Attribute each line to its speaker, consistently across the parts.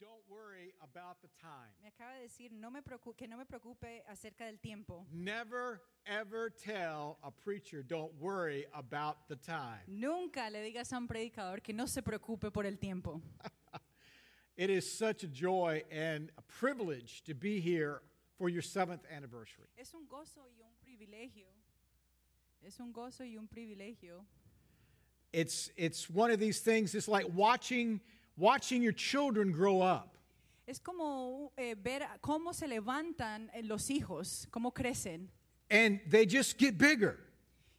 Speaker 1: don't worry about the time.
Speaker 2: Me acaba de decir no me preocu- que no me preocupe acerca del tiempo.
Speaker 1: Never, ever tell a preacher, don't worry about the time.
Speaker 2: Nunca le digas a un predicador que no se preocupe por el tiempo.
Speaker 1: It is such a joy and a privilege to be here for your seventh anniversary.
Speaker 2: Es un gozo y un privilegio. Es un gozo y un privilegio.
Speaker 1: It's, it's one of these things, it's like watching, watching your children grow up.
Speaker 2: Es como eh, ver a- cómo se levantan eh, los hijos, cómo crecen.
Speaker 1: And they just get bigger.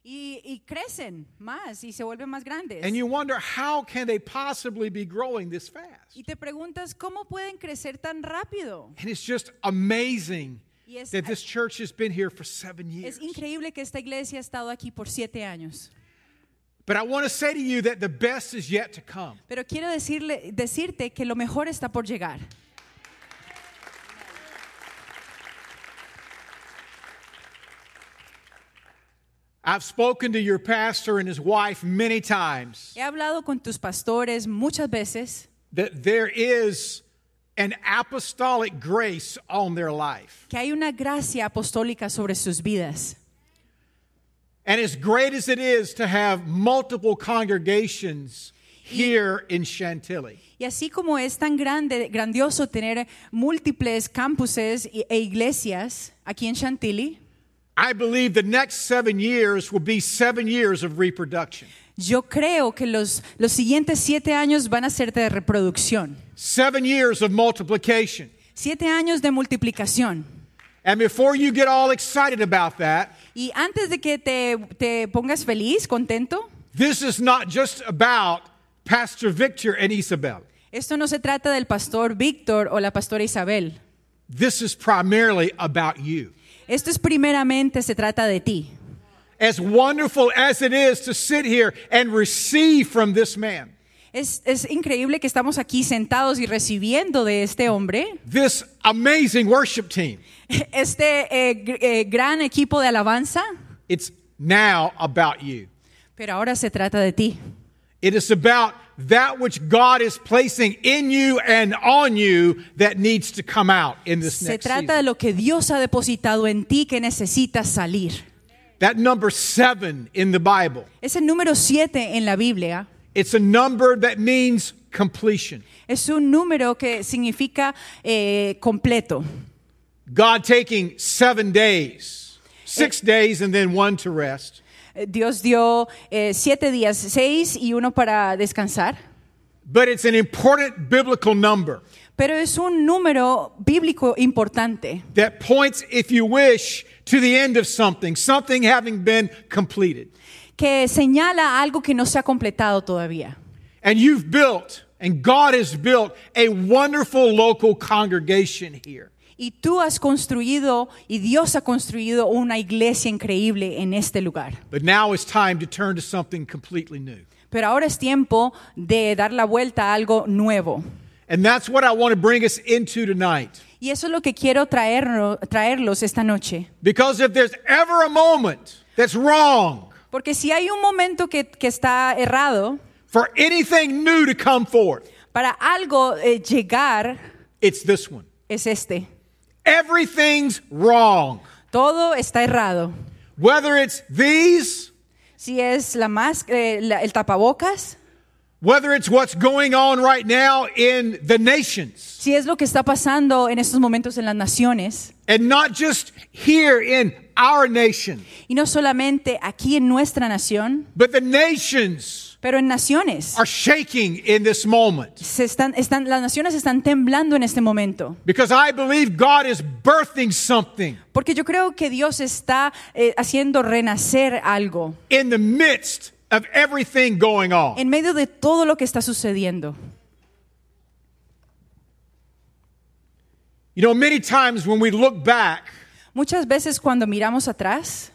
Speaker 2: Y, y crecen más y se vuelven más grandes.
Speaker 1: And you wonder, how can they possibly be growing this fast?
Speaker 2: y te preguntas cómo pueden crecer tan rápido.
Speaker 1: And it's just amazing
Speaker 2: Y es-
Speaker 1: that this church has been here for seven years.
Speaker 2: Es increíble que esta iglesia ha estado aquí por siete años.
Speaker 1: But I want to say to you that the best is yet to come.
Speaker 2: Pero quiero decirle, decirte que lo mejor está por llegar.
Speaker 1: I've spoken to your pastor and his wife many times
Speaker 2: He hablado con tus pastores muchas veces
Speaker 1: that there is an apostolic grace on their life.
Speaker 2: que hay una gracia apostólica sobre sus vidas.
Speaker 1: And as great as it is to have multiple congregations here in Chantilly,
Speaker 2: Y así como es tan grande, grandioso tener múltiples campuses y- e iglesias aquí en Chantilly,
Speaker 1: I believe the next seven years will be seven years of reproduction.
Speaker 2: yo creo que los, los siguientes siete años van a ser de reproducción.
Speaker 1: Seven years of multiplication.
Speaker 2: Siete años de multiplicación.
Speaker 1: And before you get all excited about that,
Speaker 2: Y antes de que te, te pongas feliz, contento,
Speaker 1: this is not just about Pastor Victor and Isabel.
Speaker 2: esto no se trata del pastor Víctor o la pastora Isabel.
Speaker 1: This is primarily about you.
Speaker 2: Esto es primeramente, se trata de ti.
Speaker 1: As wonderful as it is to sit here and receive from this man,
Speaker 2: Es, es increíble que estamos aquí sentados y recibiendo de este hombre,
Speaker 1: this amazing worship team,
Speaker 2: este eh, gr- eh, gran equipo de alabanza,
Speaker 1: it's now about you.
Speaker 2: pero ahora se trata de ti.
Speaker 1: It is about that which God is placing in you and on you that needs to come out in this
Speaker 2: Se
Speaker 1: next
Speaker 2: trata de
Speaker 1: season.
Speaker 2: lo que Dios ha depositado en ti que necesitas salir.
Speaker 1: That number seven in the Bible,
Speaker 2: Es el número siete en la Biblia.
Speaker 1: it's a number that means completion.
Speaker 2: Es un número que significa eh, completo.
Speaker 1: God taking seven days, six days, and then one to rest.
Speaker 2: Eh, Dios dio eh, siete días, seis y uno para descansar.
Speaker 1: But it's an important biblical number
Speaker 2: Pero es un número bíblico importante
Speaker 1: that points, if you wish, to the end of something, something having been completed.
Speaker 2: que señala algo que no se ha completado todavía.
Speaker 1: And you've built, and God has built, a wonderful local congregation here.
Speaker 2: Y tú has construido y Dios ha construido una iglesia increíble en este lugar.
Speaker 1: But now it's time to turn to something completely new.
Speaker 2: Pero ahora es tiempo de dar la vuelta a algo nuevo.
Speaker 1: And that's what I want to bring us into tonight.
Speaker 2: Y eso es lo que quiero traerlo- traerlos esta noche.
Speaker 1: Because if there's ever a moment that's wrong
Speaker 2: Porque si hay un momento que, que está errado,
Speaker 1: for anything new to come forth,
Speaker 2: para algo eh, llegar
Speaker 1: it's this one.
Speaker 2: es este.
Speaker 1: Everything's wrong.
Speaker 2: Todo está errado.
Speaker 1: Whether it's these,
Speaker 2: Si es la más, eh, la- el tapabocas,
Speaker 1: whether it's what's going on right now in the nations,
Speaker 2: si es lo que está pasando en estos momentos en las naciones,
Speaker 1: and not just here in our nation,
Speaker 2: y no solamente aquí en nuestra nación,
Speaker 1: but the nations
Speaker 2: pero en naciones.
Speaker 1: are shaking in this moment.
Speaker 2: Se están, están, las naciones están temblando en este momento,
Speaker 1: Because I believe God is birthing something
Speaker 2: porque yo creo que Dios está eh, haciendo renacer algo
Speaker 1: in the midst of everything going on.
Speaker 2: en medio de todo lo que está sucediendo.
Speaker 1: You know, many times when we look back,
Speaker 2: Muchas veces cuando miramos atrás,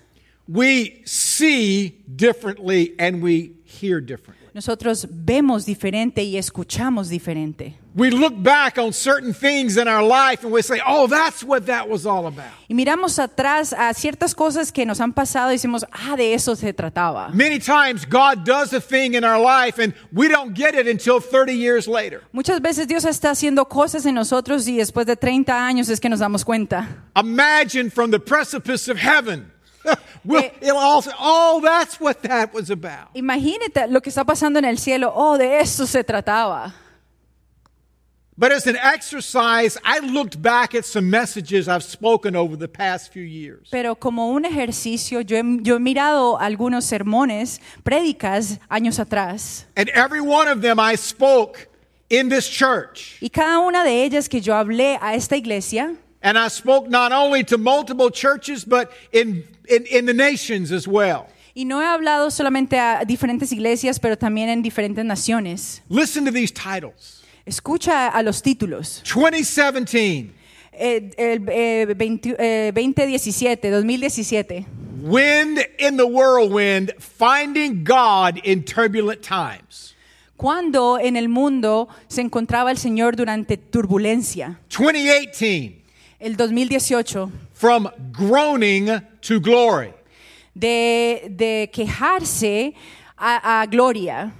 Speaker 1: we see differently and we hear differently.
Speaker 2: Nosotros vemos diferente y escuchamos diferente.
Speaker 1: We look back on certain things in our life and we say, oh, that's what that was all about.
Speaker 2: Y miramos atrás a ciertas cosas que nos han pasado y decimos, ah, de eso se trataba.
Speaker 1: Many times God does a thing in our life and we don't get it until 30 years later.
Speaker 2: Muchas veces Dios está haciendo cosas en nosotros y después de 30 años es que nos damos cuenta.
Speaker 1: Imagine from the precipice of heaven. we'll, it'll all say, oh, that's what that was about.
Speaker 2: Imagínate lo que está pasando en el cielo, oh, de eso se trataba.
Speaker 1: But as an exercise, I looked back at some messages I've spoken over the past few years.
Speaker 2: Pero como un ejercicio, yo he, yo he mirado algunos sermones, prédicas años atrás,
Speaker 1: And every one of them I spoke in this church.
Speaker 2: y cada una de ellas que yo hablé a esta iglesia,
Speaker 1: And I spoke not only to multiple churches, but in, in, in the nations as well.
Speaker 2: y no he hablado solamente a diferentes iglesias, pero también en diferentes naciones.
Speaker 1: Listen to these titles
Speaker 2: Escucha a los títulos.
Speaker 1: 2017,
Speaker 2: Eh, el eh, 20, eh, 2017, 2017.
Speaker 1: Wind in the Whirlwind, Finding God in Turbulent Times.
Speaker 2: Cuando en el mundo se encontraba el Señor durante turbulencia.
Speaker 1: 2018,
Speaker 2: El 2018.
Speaker 1: From Groaning to Glory.
Speaker 2: De, de quejarse a, a gloria.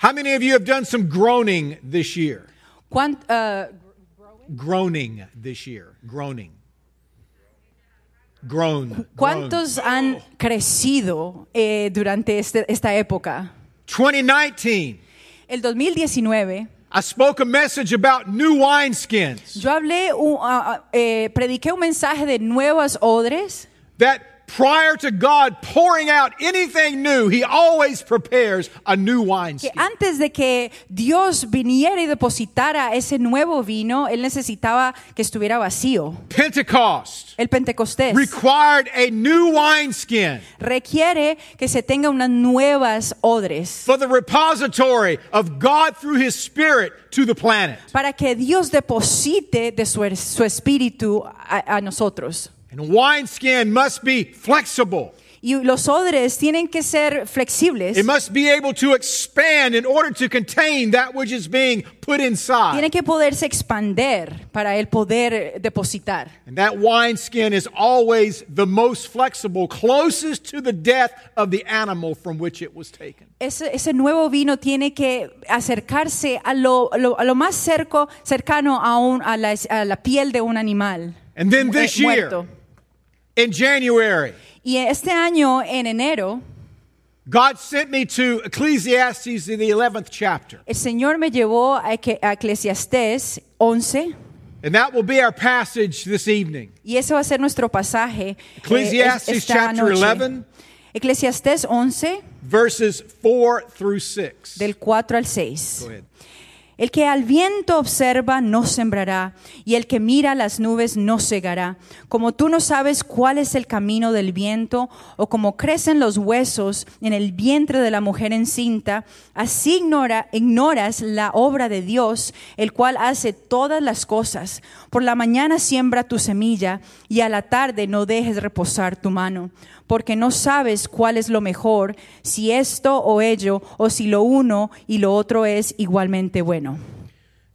Speaker 1: How many of you have done some groaning this year?
Speaker 2: Cuán- ah,
Speaker 1: Groaning this year. Groaning. Groan. groan.
Speaker 2: ¿Cuántos han crecido eh, durante este- esta época?
Speaker 1: 2019.
Speaker 2: El 2019.
Speaker 1: I spoke a message about new wineskins
Speaker 2: Yo hablé, un- ah, ah, eh, prediqué un mensaje de nuevas odres.
Speaker 1: that prior to God pouring out anything new, He always prepares a new
Speaker 2: que
Speaker 1: wineskin.
Speaker 2: antes de que Dios viniera y depositara ese nuevo vino, él necesitaba que estuviera vacío.
Speaker 1: Pentecost
Speaker 2: El Pentecostés
Speaker 1: required a new wineskin
Speaker 2: requiere que se tenga unas nuevas odres
Speaker 1: for the repository of God through His Spirit to the planet.
Speaker 2: para que Dios deposite de su, er, su espíritu a, a nosotros.
Speaker 1: And a wineskin must be flexible.
Speaker 2: Y los odres tienen que ser flexibles,
Speaker 1: It must be able to expand in order to contain that which is being put
Speaker 2: tienen
Speaker 1: inside.
Speaker 2: que poderse expander para él poder eh, depositar.
Speaker 1: And that wineskin is always the most flexible, closest to the death of the animal from which it was taken.
Speaker 2: Ese, ese nuevo vino tiene que acercarse a lo, a lo- a lo más cerco, cercano a, un- a la, a la piel de un animal
Speaker 1: And then
Speaker 2: mu-
Speaker 1: this
Speaker 2: eh,
Speaker 1: year-
Speaker 2: muerto.
Speaker 1: In January,
Speaker 2: Y este año, en enero,
Speaker 1: God sent me to Ecclesiastes in the 11th chapter.
Speaker 2: el Señor me llevó a, Eque- a Eclesiastés 11,
Speaker 1: And that will be our passage this evening.
Speaker 2: y ese va a ser nuestro pasaje. eh, es-
Speaker 1: Ecclesiastes
Speaker 2: esta
Speaker 1: chapter
Speaker 2: noche.
Speaker 1: 11.
Speaker 2: Eclesiastés 11,
Speaker 1: Verses 4 through 6.
Speaker 2: del 4 al 6.
Speaker 1: Go ahead.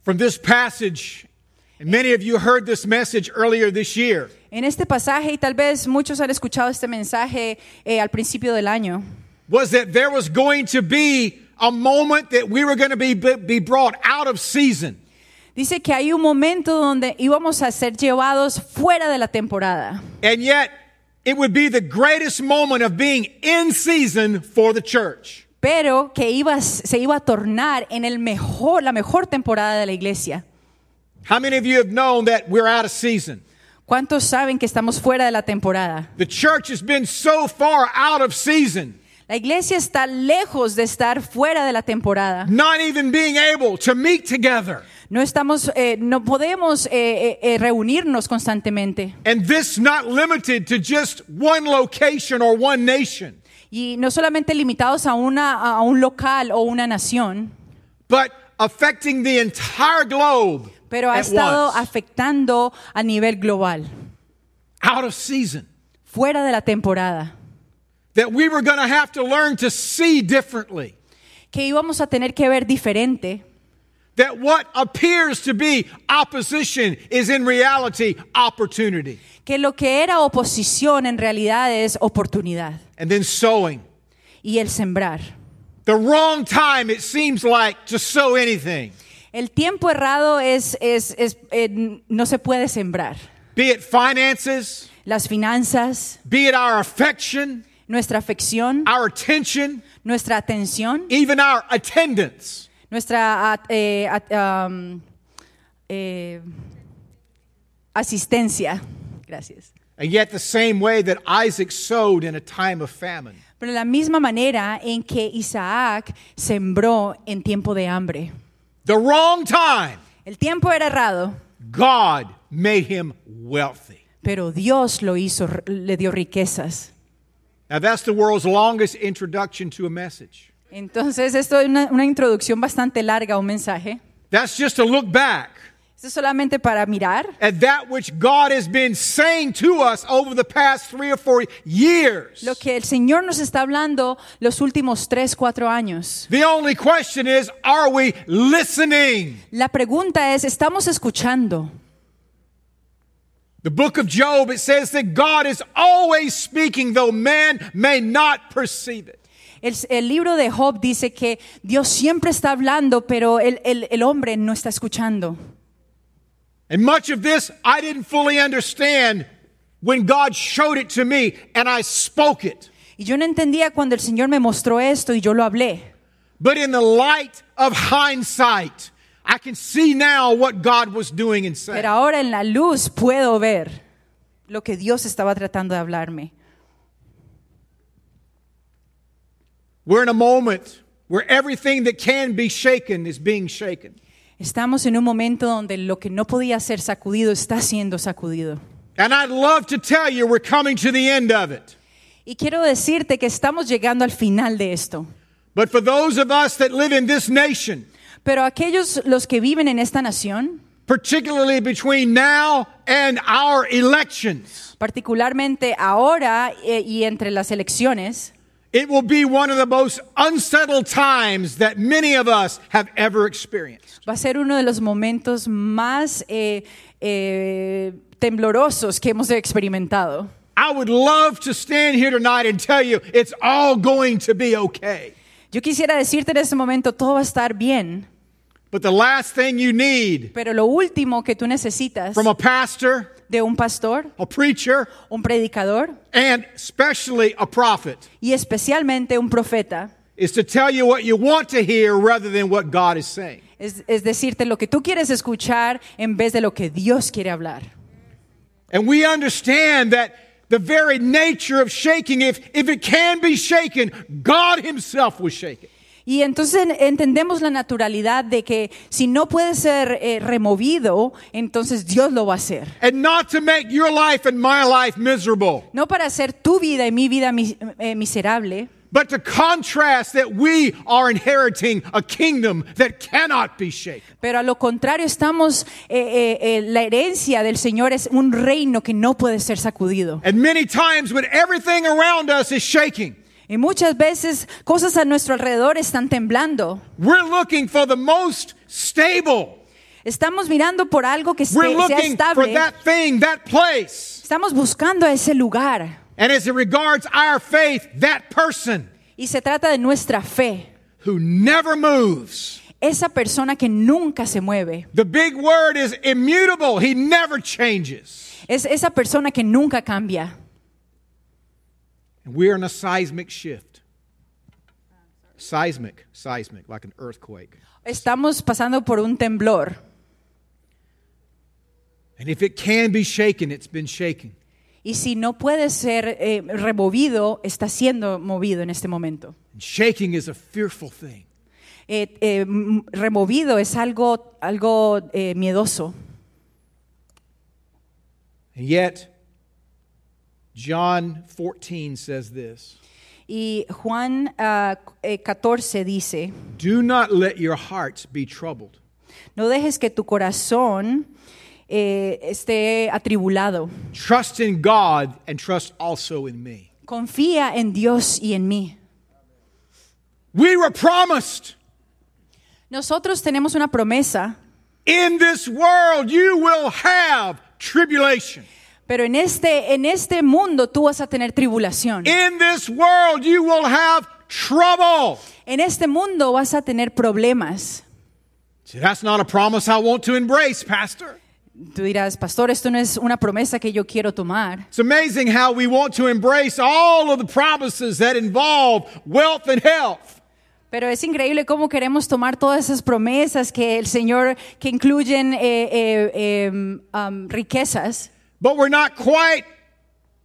Speaker 1: From this passage, and many of you heard this message earlier this year.
Speaker 2: En este pasaje, y tal vez muchos han escuchado este mensaje eh, al principio del año,
Speaker 1: was that there was going to be a moment that we were going to be, be brought out of season.
Speaker 2: dice que hay un momento donde íbamos a ser llevados fuera de la temporada.
Speaker 1: And yet, it would be the greatest moment of being in season for the church.
Speaker 2: pero que iba, se iba a tornar en el mejor, la mejor temporada de la iglesia.
Speaker 1: How many of you have known that we're out of season?
Speaker 2: ¿Cuántos saben que estamos fuera de la temporada?
Speaker 1: The church has been so far out of season,
Speaker 2: La iglesia está lejos de estar fuera de la temporada.
Speaker 1: not even being able to meet together.
Speaker 2: No estamos, eh, no podemos eh, eh, eh, reunirnos constantemente.
Speaker 1: And this not limited to just one location or one nation,
Speaker 2: Y no solamente limitados a, una, a un local o una nación,
Speaker 1: but affecting the entire globe
Speaker 2: pero ha
Speaker 1: at
Speaker 2: estado
Speaker 1: once.
Speaker 2: afectando a nivel global,
Speaker 1: out of season.
Speaker 2: fuera de la temporada.
Speaker 1: that we were going to have to learn to see differently.
Speaker 2: que íbamos a tener que ver diferente,
Speaker 1: That what appears to be opposition is in reality opportunity.
Speaker 2: que lo que era oposición en realidad es oportunidad
Speaker 1: And then sowing.
Speaker 2: y el sembrar.
Speaker 1: The wrong time, it seems like, to sow anything,
Speaker 2: El tiempo errado es, es- es, eh, no se puede sembrar.
Speaker 1: be it finances,
Speaker 2: Las finanzas,
Speaker 1: be it our affection,
Speaker 2: nuestra afección,
Speaker 1: our attention,
Speaker 2: nuestra atención,
Speaker 1: even our attendance.
Speaker 2: nuestra at- eh, at- am, eh, asistencia. Gracias.
Speaker 1: And yet, the same way that Isaac sowed in a time of famine,
Speaker 2: Pero de la misma manera en que Isaac sembró en tiempo de hambre.
Speaker 1: the wrong time,
Speaker 2: El tiempo era errado,
Speaker 1: God made him wealthy.
Speaker 2: pero Dios lo hizo, le dio riquezas.
Speaker 1: Now, that's the world's longest introduction to a message.
Speaker 2: Entonces, esto es una, una introducción bastante larga, un mensaje.
Speaker 1: That's just to look back
Speaker 2: Esto es solamente para mirar
Speaker 1: at that which God has been saying to us over the past three or four years.
Speaker 2: lo que el Señor nos está hablando los últimos tres, cuatro años.
Speaker 1: The only question is are we listening?
Speaker 2: La pregunta es, ¿estamos escuchando?
Speaker 1: The book of Job, it says that God is always speaking, though man may not perceive it.
Speaker 2: El, el libro de Job dice que Dios siempre está hablando, pero el- el- el hombre no está escuchando.
Speaker 1: And much of this I didn't fully understand when God showed it to me and I spoke it.
Speaker 2: Y yo no entendía cuando el Señor me mostró esto y yo lo hablé.
Speaker 1: But in the light of hindsight, I can see now what God was doing and saying.
Speaker 2: Pero ahora en la luz puedo ver lo que Dios estaba tratando de hablarme.
Speaker 1: We're in a moment where everything that can be shaken is being shaken.
Speaker 2: Estamos en un momento donde lo que no podía ser sacudido está siendo sacudido.
Speaker 1: And I'd love to tell you we're coming to the end of it.
Speaker 2: Y quiero decirte que estamos llegando al final de esto.
Speaker 1: But for those of us that live in this nation,
Speaker 2: Pero aquellos los que viven en esta nación,
Speaker 1: particularly between now and our elections,
Speaker 2: particularmente ahora eh, y entre las elecciones,
Speaker 1: it will be one of the most unsettled times that many of us have ever experienced.
Speaker 2: va a ser uno de los momentos más eh, eh, temblorosos que hemos experimentado.
Speaker 1: I would love to stand here tonight and tell you it's all going to be okay.
Speaker 2: Yo quisiera decirte en este momento, todo va a estar bien,
Speaker 1: But the last thing you need
Speaker 2: pero lo último que tú necesitas
Speaker 1: from a pastor,
Speaker 2: de un pastor,
Speaker 1: a preacher,
Speaker 2: un predicador
Speaker 1: and especially a prophet
Speaker 2: y especialmente un profeta
Speaker 1: is to tell you what you want to hear rather than what God is saying.
Speaker 2: es, es decirte lo que tú quieres escuchar en vez de lo que Dios quiere hablar.
Speaker 1: And we understand that the very nature of shaking, if, if it can be shaken, God Himself was shaken.
Speaker 2: Y entonces entendemos la naturalidad de que si no puede ser eh, removido, entonces Dios lo va a hacer.
Speaker 1: And not to make your life and my life miserable,
Speaker 2: No para hacer tu vida y mi vida mis- eh, miserable,
Speaker 1: but to contrast that we are inheriting a kingdom that cannot be shaken.
Speaker 2: pero a lo contrario estamos, eh, eh, eh, la herencia del Señor es un reino que no puede ser sacudido.
Speaker 1: And many times when everything around us is shaking,
Speaker 2: Y muchas veces cosas a nuestro alrededor están temblando.
Speaker 1: we're looking for the most stable.
Speaker 2: Estamos mirando por algo que
Speaker 1: We're
Speaker 2: esté- sea
Speaker 1: looking for
Speaker 2: estable.
Speaker 1: that thing, that place.
Speaker 2: Estamos buscando a ese lugar.
Speaker 1: And as it regards our faith, that person
Speaker 2: Y se trata de nuestra fe.
Speaker 1: who never moves.
Speaker 2: Esa persona que nunca se mueve.
Speaker 1: The big word is immutable. He never changes.
Speaker 2: Es esa persona que nunca cambia.
Speaker 1: And we're in a seismic shift. Seismic, seismic, like an earthquake.
Speaker 2: Estamos pasando por un temblor.
Speaker 1: And if it can be shaken, it's been shaken.
Speaker 2: Y si no puede ser eh, removido, está siendo movido en este momento.
Speaker 1: And shaking is a fearful thing.
Speaker 2: Eh, eh, m- removido es algo, algo eh, miedoso.
Speaker 1: And yet, John 14 says this
Speaker 2: Y Juan ah, eh, 14 dice,
Speaker 1: Do not let your hearts be troubled.
Speaker 2: no dejes que tu corazón eh, esté atribulado.
Speaker 1: Trust in God and trust also in me.
Speaker 2: Confía en Dios y en mí.
Speaker 1: We were promised
Speaker 2: Nosotros tenemos una promesa,
Speaker 1: in this world you will have tribulation.
Speaker 2: pero en este, en este mundo tú vas a tener tribulación.
Speaker 1: In this world you will have trouble.
Speaker 2: En este mundo vas a tener problemas.
Speaker 1: See, that's not a promise I want to embrace, Pastor.
Speaker 2: Tú dirás, pastor, esto no es una promesa que yo quiero tomar.
Speaker 1: It's amazing how we want to embrace all of the promises that involve wealth and health.
Speaker 2: Pero es increíble cómo queremos tomar todas esas promesas que el Señor, que incluyen eh, eh, eh, um, riquezas,
Speaker 1: But we're not quite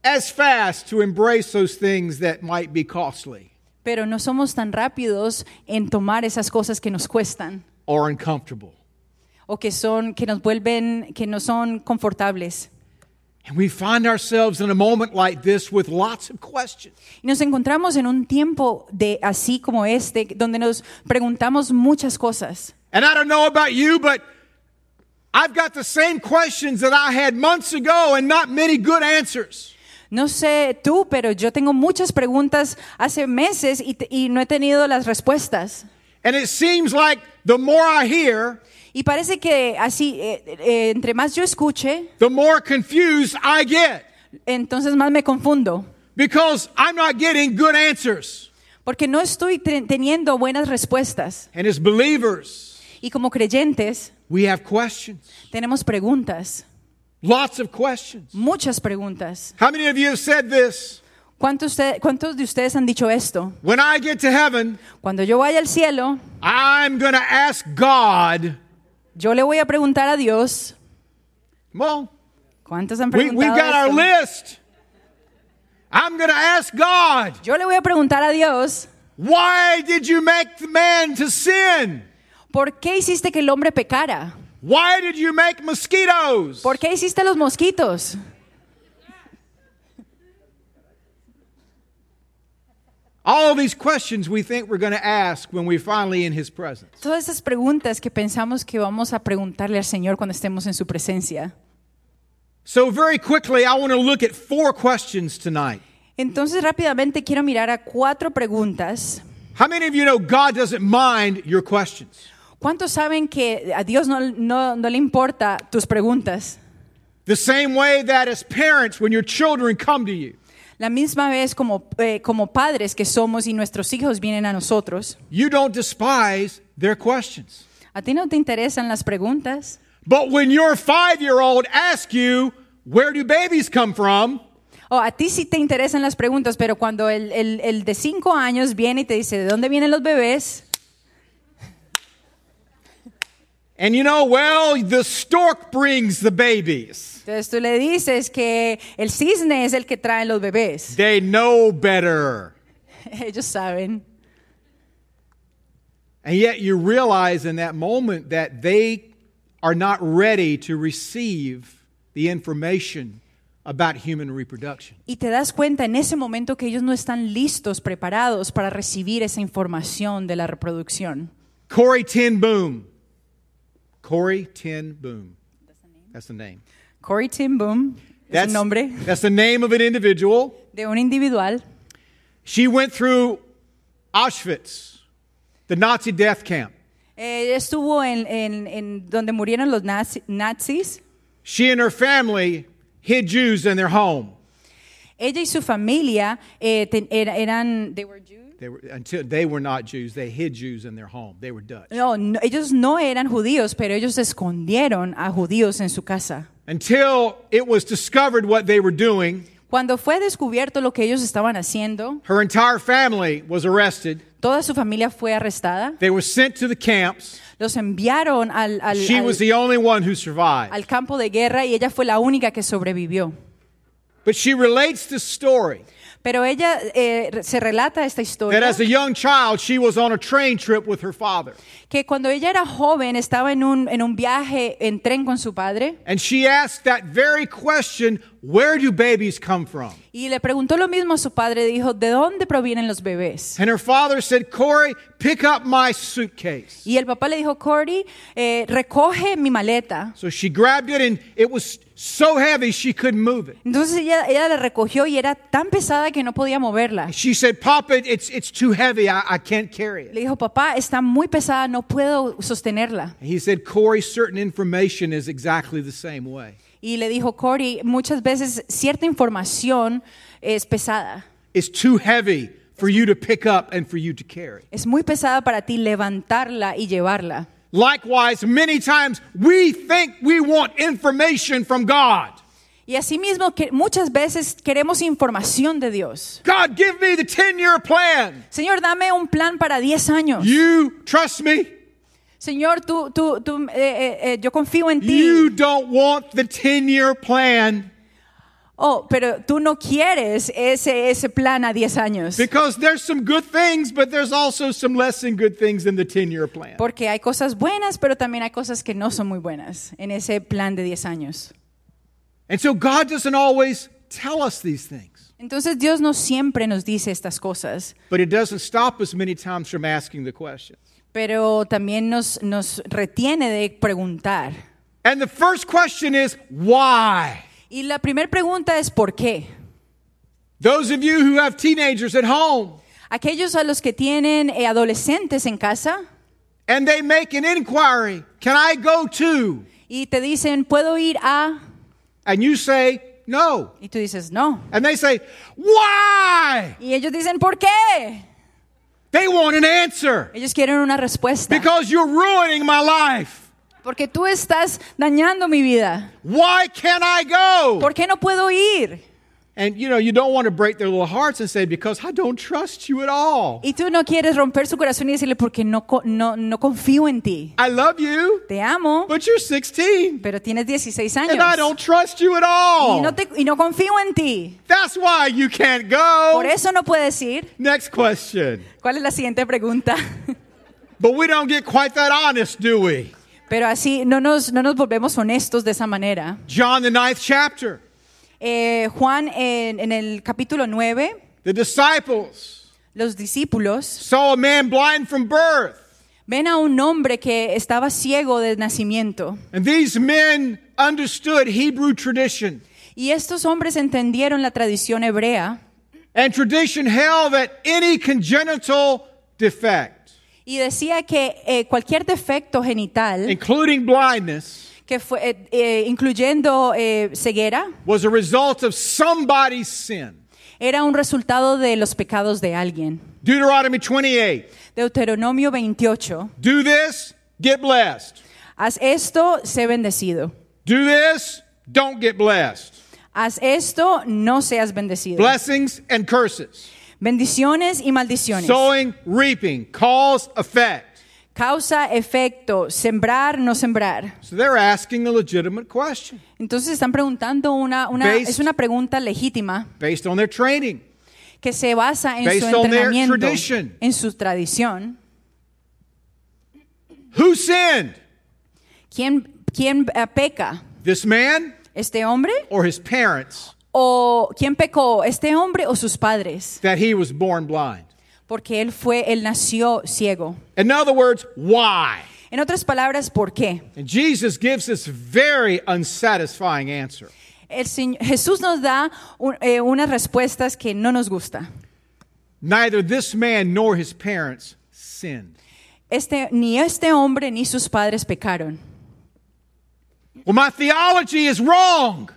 Speaker 1: as fast to embrace those things that might be costly
Speaker 2: pero no somos tan rápidos en tomar esas cosas que nos cuestan
Speaker 1: or uncomfortable.
Speaker 2: o que son, que nos vuelven, que no son confortables.
Speaker 1: And we find ourselves in a moment like this with lots of questions.
Speaker 2: Y nos encontramos en un tiempo de así como este, donde nos preguntamos muchas cosas.
Speaker 1: And I don't know about you, but I've got the same questions that I had months ago and not many good answers.
Speaker 2: No sé tú, pero yo tengo muchas preguntas hace meses y, te- y no he tenido las respuestas.
Speaker 1: And it seems like the more I hear,
Speaker 2: Y parece que así, eh, eh, entre más yo escuche,
Speaker 1: the more confused I get
Speaker 2: entonces más me confundo,
Speaker 1: because I'm not getting good answers.
Speaker 2: porque no estoy tre- teniendo buenas respuestas.
Speaker 1: And as believers,
Speaker 2: Y como creyentes,
Speaker 1: we have questions,
Speaker 2: tenemos preguntas,
Speaker 1: lots of questions.
Speaker 2: muchas preguntas.
Speaker 1: How many of you have said this?
Speaker 2: ¿Cuántos, usted- ¿Cuántos de ustedes han dicho esto?
Speaker 1: When I get to heaven,
Speaker 2: Cuando yo vaya al cielo,
Speaker 1: I'm going to ask God.
Speaker 2: yo le voy a preguntar a Dios,
Speaker 1: Well,
Speaker 2: ¿cuántos han
Speaker 1: we,
Speaker 2: preguntado
Speaker 1: we've got our
Speaker 2: esto?
Speaker 1: list. I'm going to ask God.
Speaker 2: Yo le voy a preguntar a Dios,
Speaker 1: Why did you make the man to sin?
Speaker 2: ¿por qué hiciste que el hombre pecara?
Speaker 1: Why did you make mosquitoes?
Speaker 2: ¿Por qué hiciste los mosquitos?
Speaker 1: All these questions we think we're going to ask when we're finally in his presence.
Speaker 2: Todas esas preguntas que pensamos que vamos a preguntarle al Señor cuando estemos en su presencia.
Speaker 1: So, very quickly, I want to look at four questions tonight.
Speaker 2: Entonces rápidamente quiero mirar a cuatro preguntas.
Speaker 1: How many of you know God doesn't mind your questions?
Speaker 2: ¿Cuántos saben que a Dios no, no- no le importa tus preguntas?
Speaker 1: The same way that as parents, when your children come to you,
Speaker 2: La misma vez como, eh, como padres que somos y nuestros hijos vienen a nosotros.
Speaker 1: you don't despise their questions.
Speaker 2: A ti no te interesan las preguntas.
Speaker 1: But when your five year old asks you, Where do babies come from?
Speaker 2: O a ti sí te interesan las preguntas, pero cuando el, el- el de cinco años viene y te dice, ¿de dónde vienen los bebés?
Speaker 1: And you know, well, the stork brings the babies.
Speaker 2: Entonces tú le dices que el cisne es el que trae los bebés.
Speaker 1: They know better.
Speaker 2: Ellos saben.
Speaker 1: And yet you realize in that moment that they are not ready to receive the information about human reproduction.
Speaker 2: Y te das cuenta en ese momento que ellos no están listos, preparados para recibir esa información de la reproducción.
Speaker 1: Corey Ten Boom. Corey Ten Boom. That's the name.
Speaker 2: Corey Tim Boom es
Speaker 1: That's
Speaker 2: el nombre
Speaker 1: That's the name of an individual.
Speaker 2: de un individual.
Speaker 1: She went through Auschwitz, the Nazi death camp.
Speaker 2: Eh, estuvo en, en- en donde murieron los nazi- nazis.
Speaker 1: She and her family hid Jews in their home.
Speaker 2: Ella y su familia eh, ten- era- eran... they were Jews?
Speaker 1: They were until they were not Jews. They hid Jews in their home. They were Dutch.
Speaker 2: No, no, ellos no eran judíos, pero ellos escondieron a judíos en su casa.
Speaker 1: Until it was discovered what they were doing,
Speaker 2: Cuando fue descubierto lo que ellos estaban haciendo,
Speaker 1: her entire family was arrested.
Speaker 2: toda su familia fue arrestada.
Speaker 1: They were sent to the camps.
Speaker 2: Los enviaron al, al-
Speaker 1: She
Speaker 2: al-
Speaker 1: was the only one who survived.
Speaker 2: al campo de guerra y ella fue la única que sobrevivió.
Speaker 1: But she relates this story
Speaker 2: Pero ella eh, re- se relata esta
Speaker 1: that
Speaker 2: historia
Speaker 1: as a young child, she was on a train trip with her father.
Speaker 2: que cuando ella era joven estaba en un, en un viaje en tren con su padre
Speaker 1: And she asked that very question where do babies come from?
Speaker 2: y le preguntó lo mismo a su padre, dijo, ¿de dónde provienen los bebés?
Speaker 1: And her father said, Corey, pick up my suitcase.
Speaker 2: Y el papá le dijo, Cordy, eh, recoge mi maleta.
Speaker 1: So she grabbed it and it was so heavy she couldn't move it.
Speaker 2: Entonces ella, ella la recogió y era tan pesada que no podía moverla.
Speaker 1: She said, Papa, it's, it's too heavy. I, I can't carry it.
Speaker 2: Le dijo, papá, está muy pesada, no puedo sostenerla.
Speaker 1: And he said, Corey, certain information is exactly the same way.
Speaker 2: Y le dijo, Cory, muchas veces cierta información es pesada.
Speaker 1: It's too heavy for you to pick up and for you to carry.
Speaker 2: Es muy pesada para ti levantarla y llevarla.
Speaker 1: Likewise, many times we think we want information from God.
Speaker 2: Y asimismo, que muchas veces queremos información de Dios.
Speaker 1: God, give me the 10 year plan.
Speaker 2: Señor, dame un plan para 10 años.
Speaker 1: You trust me.
Speaker 2: Señor, tú, tú, tú, eh, eh, eh, yo confío en ti.
Speaker 1: You don't want the 10 year plan
Speaker 2: Oh, pero tú no quieres ese, ese plan a 10 años.
Speaker 1: because there's some good things, but there's also some less than good things in the 10 year plan.
Speaker 2: Porque hay cosas buenas, pero también hay cosas que no son muy buenas en ese plan de 10 años.
Speaker 1: And so God doesn't always tell us these things,
Speaker 2: Entonces Dios no siempre nos dice estas cosas,
Speaker 1: but it doesn't stop us many times from asking the questions.
Speaker 2: pero también nos, nos retiene de preguntar.
Speaker 1: And the first question is why?
Speaker 2: Y la primera pregunta es ¿por qué?
Speaker 1: Those of you who have teenagers at home
Speaker 2: Aquellos a los que tienen eh, adolescentes en casa
Speaker 1: and they make an inquiry, can I go to?
Speaker 2: y te dicen, ¿puedo ir a?
Speaker 1: And you say, no.
Speaker 2: Y tú dices, no.
Speaker 1: And they say, why?
Speaker 2: Y ellos dicen, ¿por qué?
Speaker 1: They want an answer
Speaker 2: Ellos quieren una respuesta.
Speaker 1: because you're ruining my life.
Speaker 2: Porque tú estás dañando mi vida.
Speaker 1: Why can't I go?
Speaker 2: ¿Por qué no puedo ir?
Speaker 1: And you know, you don't want to break their little hearts and say, because I don't trust you at all.
Speaker 2: Y tú no quieres romper su corazón y decirle porque no, co- no, no confío en ti.
Speaker 1: I love you,
Speaker 2: Te amo,
Speaker 1: but you're 16
Speaker 2: pero tienes 16
Speaker 1: and I don't
Speaker 2: años.
Speaker 1: trust you at
Speaker 2: Y no,
Speaker 1: all.
Speaker 2: te- y no confío en ti.
Speaker 1: That's why you can't
Speaker 2: Por
Speaker 1: go.
Speaker 2: eso no puedes ir.
Speaker 1: Next question.
Speaker 2: ¿Cuál es la siguiente pregunta?
Speaker 1: But we don't get quite that honest, do we?
Speaker 2: Pero así no nos, no nos volvemos honestos de esa manera.
Speaker 1: John, the ninth chapter,
Speaker 2: Eh, Juan, en, en el capítulo 9,
Speaker 1: the disciples
Speaker 2: los discípulos
Speaker 1: saw a man blind from birth,
Speaker 2: ven a un hombre que estaba ciego de nacimiento.
Speaker 1: and these men understood Hebrew tradition.
Speaker 2: Y estos hombres entendieron la tradición hebrea
Speaker 1: And tradition held that any congenital defect,
Speaker 2: y decía que eh, cualquier defecto genital,
Speaker 1: including blindness,
Speaker 2: que fue, eh, eh, incluyendo eh, ceguera,
Speaker 1: was a result of somebody's sin.
Speaker 2: era un resultado de los pecados de alguien.
Speaker 1: Deuteronomy 28
Speaker 2: Deuteronomio 28.
Speaker 1: Do this, get blessed.
Speaker 2: Haz esto, sé bendecido.
Speaker 1: Do this, don't get blessed.
Speaker 2: Haz esto, no seas bendecido.
Speaker 1: Blessings and curses.
Speaker 2: Bendiciones y maldiciones.
Speaker 1: Sowing, reaping, cause, effect.
Speaker 2: Causa, efecto, sembrar, no sembrar.
Speaker 1: So they're asking a legitimate question
Speaker 2: Entonces están preguntando una, una
Speaker 1: Based-
Speaker 2: es una pregunta legítima.
Speaker 1: based on their training.
Speaker 2: que se basa en
Speaker 1: Based
Speaker 2: su
Speaker 1: on their
Speaker 2: entrenamiento,
Speaker 1: tradition.
Speaker 2: en su tradición.
Speaker 1: Who sinned?
Speaker 2: ¿Quién, quién eh, peca?
Speaker 1: This man
Speaker 2: ¿Este hombre?
Speaker 1: or his parents
Speaker 2: ¿O quién pecó? ¿Este hombre o sus padres?
Speaker 1: that he was born blind?
Speaker 2: Porque él fue, él nació ciego.
Speaker 1: In other words, why?
Speaker 2: En otras palabras, ¿por qué?
Speaker 1: And Jesus gives this very unsatisfying answer.
Speaker 2: El Señor- Jesús nos da un- eh, unas respuestas que no nos gusta.
Speaker 1: Neither this man nor his parents sinned.
Speaker 2: Este, ni este hombre ni sus padres pecaron.
Speaker 1: Well, my theology is wrong.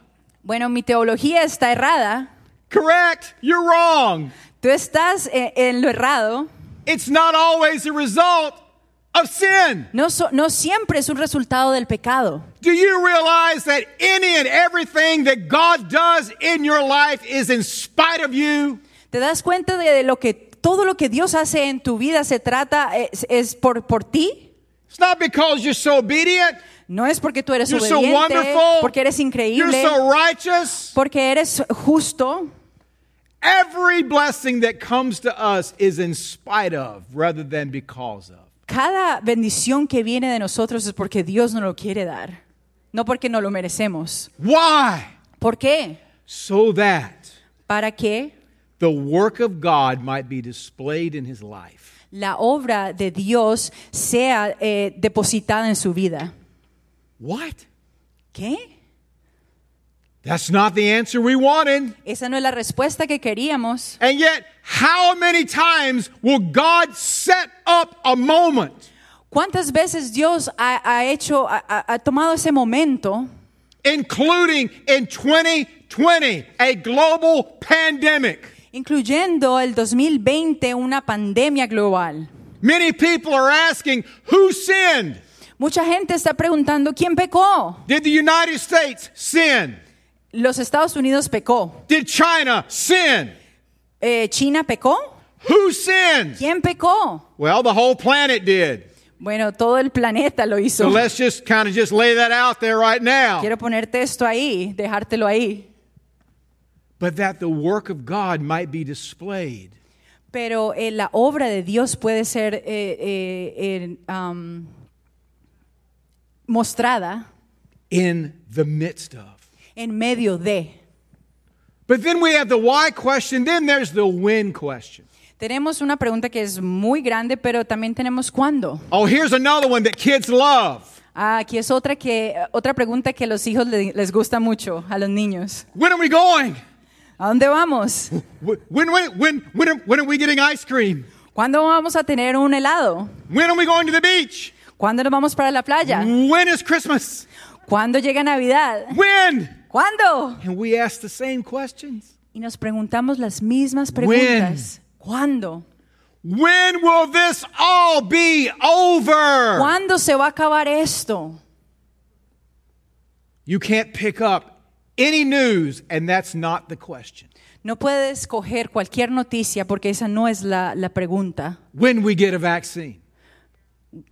Speaker 2: Bueno, mi teología está errada.
Speaker 1: Correct, you're wrong.
Speaker 2: Tú estás eh, en lo errado.
Speaker 1: It's not always a result of sin.
Speaker 2: No, so- no siempre es un resultado del pecado.
Speaker 1: Do you realize that any and everything that God does in your life is in spite of you?
Speaker 2: ¿Te das cuenta de lo que todo lo que Dios hace en tu vida se trata es, es por, por ti?
Speaker 1: It's not because you're so obedient,
Speaker 2: No es porque tú eres
Speaker 1: you're so
Speaker 2: obediente,
Speaker 1: wonderful,
Speaker 2: porque eres
Speaker 1: you're
Speaker 2: increíble,
Speaker 1: so righteous.
Speaker 2: porque eres justo.
Speaker 1: Every blessing that comes to us is in spite of rather than because of.
Speaker 2: Cada bendición que viene de nosotros es porque Dios nos lo quiere dar, no porque no lo merecemos.
Speaker 1: Why?
Speaker 2: ¿Por qué?
Speaker 1: So that
Speaker 2: Para que
Speaker 1: the work of God might be displayed in his life.
Speaker 2: la obra de Dios sea eh, depositada en su vida.
Speaker 1: What?
Speaker 2: ¿Qué?
Speaker 1: That's not the answer we wanted.
Speaker 2: Esa no es la respuesta que queríamos.
Speaker 1: And yet, how many times will God set up a moment
Speaker 2: ¿Cuántas veces Dios ha, ha hecho, ha- ha- ha tomado ese momento,
Speaker 1: including in 2020 a global pandemic.
Speaker 2: incluyendo el 2020, una pandemia global?
Speaker 1: Many people are asking, who sinned?
Speaker 2: Mucha gente está preguntando, ¿quién pecó?
Speaker 1: Did the United States sin?
Speaker 2: Los Estados Unidos pecó.
Speaker 1: Did China sin?
Speaker 2: Eh, ¿China pecó?
Speaker 1: Who sinned?
Speaker 2: ¿Quién pecó?
Speaker 1: Well, the whole planet did.
Speaker 2: Bueno, todo el planeta lo
Speaker 1: So
Speaker 2: hizo.
Speaker 1: let's just kind of just lay that out there right now.
Speaker 2: Quiero ponerte esto ahí, dejártelo ahí.
Speaker 1: But that the work of God might be displayed.
Speaker 2: Pero eh, la obra de Dios puede ser eh, eh, en, um, mostrada
Speaker 1: in the midst of.
Speaker 2: en medio de.
Speaker 1: But then we have the why question, then there's the when question.
Speaker 2: Tenemos una pregunta que es muy grande, pero también tenemos cuándo.
Speaker 1: Oh, here's another one that kids love.
Speaker 2: Ah, aquí es otra, que, otra pregunta que a los hijos le- les gusta mucho, a los niños.
Speaker 1: When are we going?
Speaker 2: ¿A dónde vamos?
Speaker 1: Wh- When, when, when, when, are, when are we getting ice cream?
Speaker 2: ¿Cuándo vamos a tener un helado?
Speaker 1: When are we going to the beach?
Speaker 2: ¿Cuándo nos vamos para la playa?
Speaker 1: When is Christmas?
Speaker 2: ¿Cuándo llega Navidad?
Speaker 1: When?
Speaker 2: ¿Cuándo?
Speaker 1: And we ask the same questions.
Speaker 2: Y nos preguntamos las mismas preguntas. ¿Cuándo?
Speaker 1: When will this all be over?
Speaker 2: ¿Cuándo se va a acabar esto?
Speaker 1: You can't pick up any news, and that's not the question.
Speaker 2: No puedes coger cualquier noticia porque esa no es la, la pregunta.
Speaker 1: When we get a vaccine?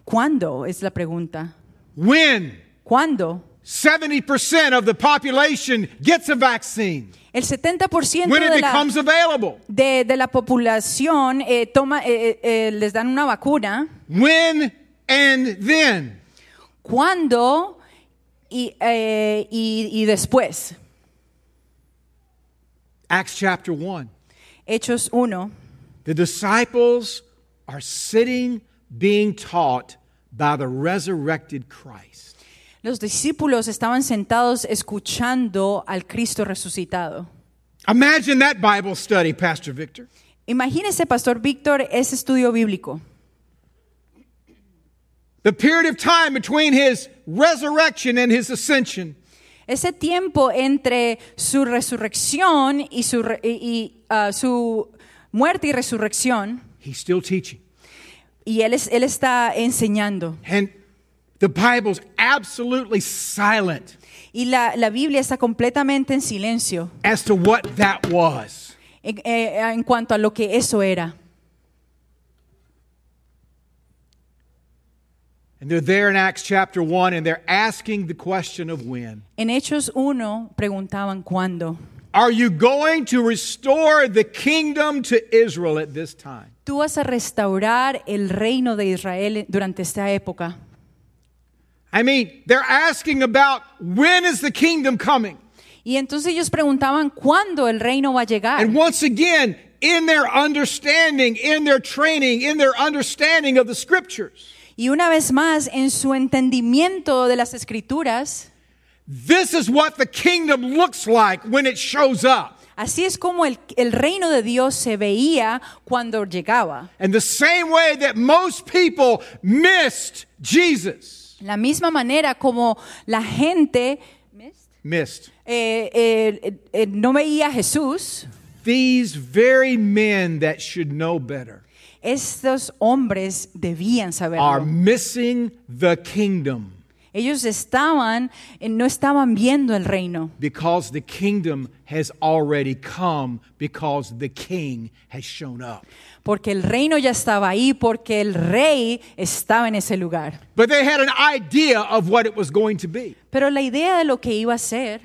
Speaker 2: ¿Cuándo es la pregunta?
Speaker 1: When?
Speaker 2: ¿Cuándo?
Speaker 1: 70% of the population gets a vaccine
Speaker 2: El 70%
Speaker 1: when it
Speaker 2: de la,
Speaker 1: becomes available.
Speaker 2: de, de la población eh, toma, eh, eh, eh, les dan una vacuna.
Speaker 1: When and then.
Speaker 2: ¿Cuándo y, eh, y- y después?
Speaker 1: Acts chapter 1.
Speaker 2: Hechos 1.
Speaker 1: The disciples are sitting being taught by the resurrected Christ.
Speaker 2: Los discípulos estaban sentados escuchando al Cristo resucitado.
Speaker 1: Imagine that Bible study, Pastor Victor.
Speaker 2: Imagínese, Pastor Víctor, ese estudio bíblico.
Speaker 1: The period of time between his resurrection and his ascension
Speaker 2: Ese tiempo entre su resurrección y su, re- y- y, ah, su muerte y resurrección,
Speaker 1: He's still teaching.
Speaker 2: y él, es- él está enseñando.
Speaker 1: And the Bible's absolutely silent
Speaker 2: Y la, la Biblia está completamente en silencio
Speaker 1: as to what that was.
Speaker 2: en, eh, en cuanto a lo que eso era.
Speaker 1: And they're there in Acts chapter 1 and they're asking the question of when.
Speaker 2: En Hechos 1 preguntaban cuándo.
Speaker 1: Are you going to restore the kingdom to Israel at this time?
Speaker 2: Tú vas a restaurar el reino de Israel durante esta época.
Speaker 1: I mean, they're asking about when is the kingdom coming?
Speaker 2: Y entonces ellos preguntaban cuándo el reino va a llegar.
Speaker 1: And once again, in their understanding, in their training, in their understanding of the scriptures,
Speaker 2: Y una vez más, en su entendimiento de las escrituras,
Speaker 1: this is what the kingdom looks like when it shows up.
Speaker 2: así es como el, el reino de Dios se veía cuando llegaba.
Speaker 1: And the same way that most people missed Jesus,
Speaker 2: La misma manera como la gente
Speaker 1: missed.
Speaker 2: eh, eh, eh, no veía a Jesús,
Speaker 1: These very men that should know better
Speaker 2: estos hombres debían
Speaker 1: are
Speaker 2: saberlo.
Speaker 1: missing the kingdom
Speaker 2: Ellos estaban, eh, no estaban viendo el reino,
Speaker 1: because the kingdom has already come because the king has shown up.
Speaker 2: porque el reino ya estaba ahí, porque el rey estaba en ese lugar.
Speaker 1: But they had an idea of what it was going to be.
Speaker 2: Pero la idea de lo que iba a ser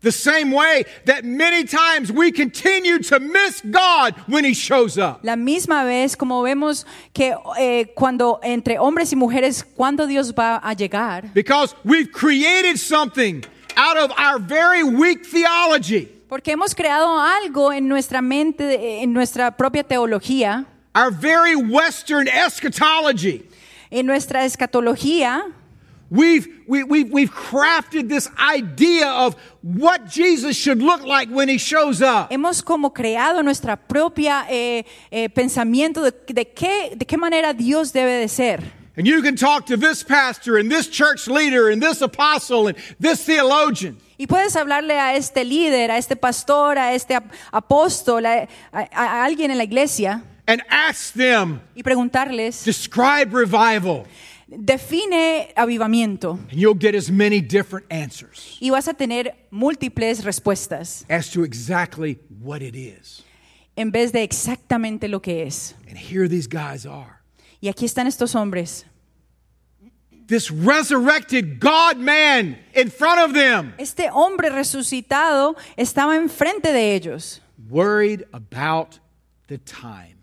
Speaker 1: The same way that many times we continue to miss God when he shows up.
Speaker 2: La misma vez como vemos que eh, cuando entre hombres y mujeres, cuando Dios va a llegar,
Speaker 1: Because we've created something out of our very weak theology,
Speaker 2: porque hemos creado algo en nuestra mente, eh, en nuestra propia teología,
Speaker 1: our very Western eschatology.
Speaker 2: en nuestra escatología,
Speaker 1: We've, we, we've, we've crafted this idea of what Jesus should look like when he shows up.
Speaker 2: Hemos como creado nuestra propia eh, eh, pensamiento de, de qué, de qué manera Dios debe de ser.
Speaker 1: And you can talk to this pastor and this church leader and this apostle and this theologian.
Speaker 2: Y puedes hablarle a este líder, a este pastor, a este ap- apóstol, a, a- a alguien en la iglesia
Speaker 1: and ask them,
Speaker 2: y preguntarles,
Speaker 1: describe revival.
Speaker 2: define avivamiento.
Speaker 1: And you'll get as many different answers
Speaker 2: Y vas a tener múltiples respuestas
Speaker 1: as to exactly what it is.
Speaker 2: en vez de exactamente lo que es.
Speaker 1: And here these guys are.
Speaker 2: Y aquí están estos hombres.
Speaker 1: This resurrected God man in front of them,
Speaker 2: Este hombre resucitado estaba enfrente de ellos.
Speaker 1: worried about the time.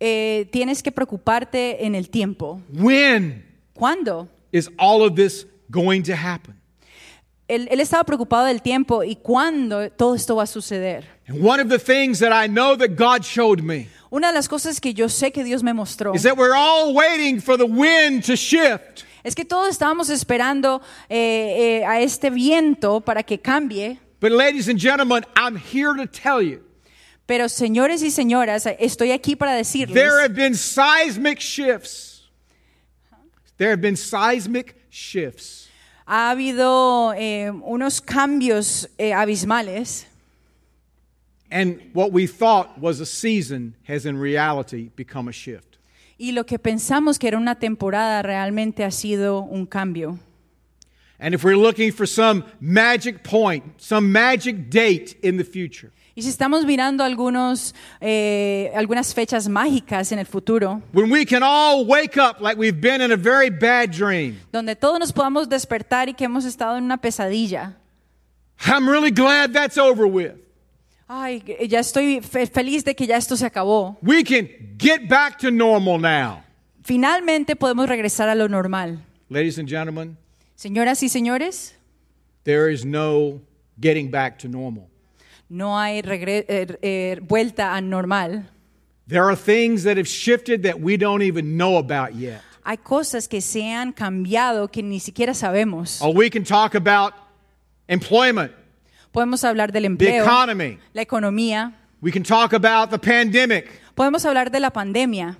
Speaker 2: Eh, tienes que preocuparte en el tiempo.
Speaker 1: When
Speaker 2: ¿Cuándo?
Speaker 1: is all of this going to happen?
Speaker 2: Él, él estaba preocupado del tiempo y cuándo todo esto va a suceder.
Speaker 1: And one of the things that I know that God showed me
Speaker 2: Una de las cosas que yo sé que Dios me mostró
Speaker 1: is that we're all waiting for the wind to shift.
Speaker 2: es que todos estábamos esperando eh, eh, a este viento para que cambie,
Speaker 1: But, ladies and gentlemen, I'm here to tell you
Speaker 2: pero señores y señoras, estoy aquí para decirles,
Speaker 1: There have been seismic shifts. There have been seismic shifts.
Speaker 2: ha habido eh, unos cambios eh, abismales
Speaker 1: And what we thought was a season has in reality become a shift.
Speaker 2: y lo que pensamos que era una temporada realmente ha sido un cambio.
Speaker 1: And if we're looking for some magic point, some magic date in the future,
Speaker 2: Y si estamos mirando algunos, eh, algunas fechas mágicas en el futuro,
Speaker 1: when we can all wake up like we've been in a very bad dream,
Speaker 2: donde todos nos podamos despertar y que hemos estado en una pesadilla,
Speaker 1: I'm really glad that's over with.
Speaker 2: Ay, ya estoy fe- feliz de que ya esto se acabó.
Speaker 1: We can get back to normal now.
Speaker 2: Finalmente podemos regresar a lo normal.
Speaker 1: Ladies and gentlemen,
Speaker 2: Señoras y señores,
Speaker 1: there is no getting back to normal.
Speaker 2: no hay regre- eh, eh, vuelta a normal.
Speaker 1: There are things that have shifted that we don't even know about yet.
Speaker 2: Hay cosas que se han cambiado que ni siquiera sabemos.
Speaker 1: Or Oh, we can talk about employment,
Speaker 2: Podemos hablar del
Speaker 1: the
Speaker 2: empleo,
Speaker 1: economy.
Speaker 2: la economía,
Speaker 1: We can talk about the pandemic.
Speaker 2: podemos hablar de la pandemia.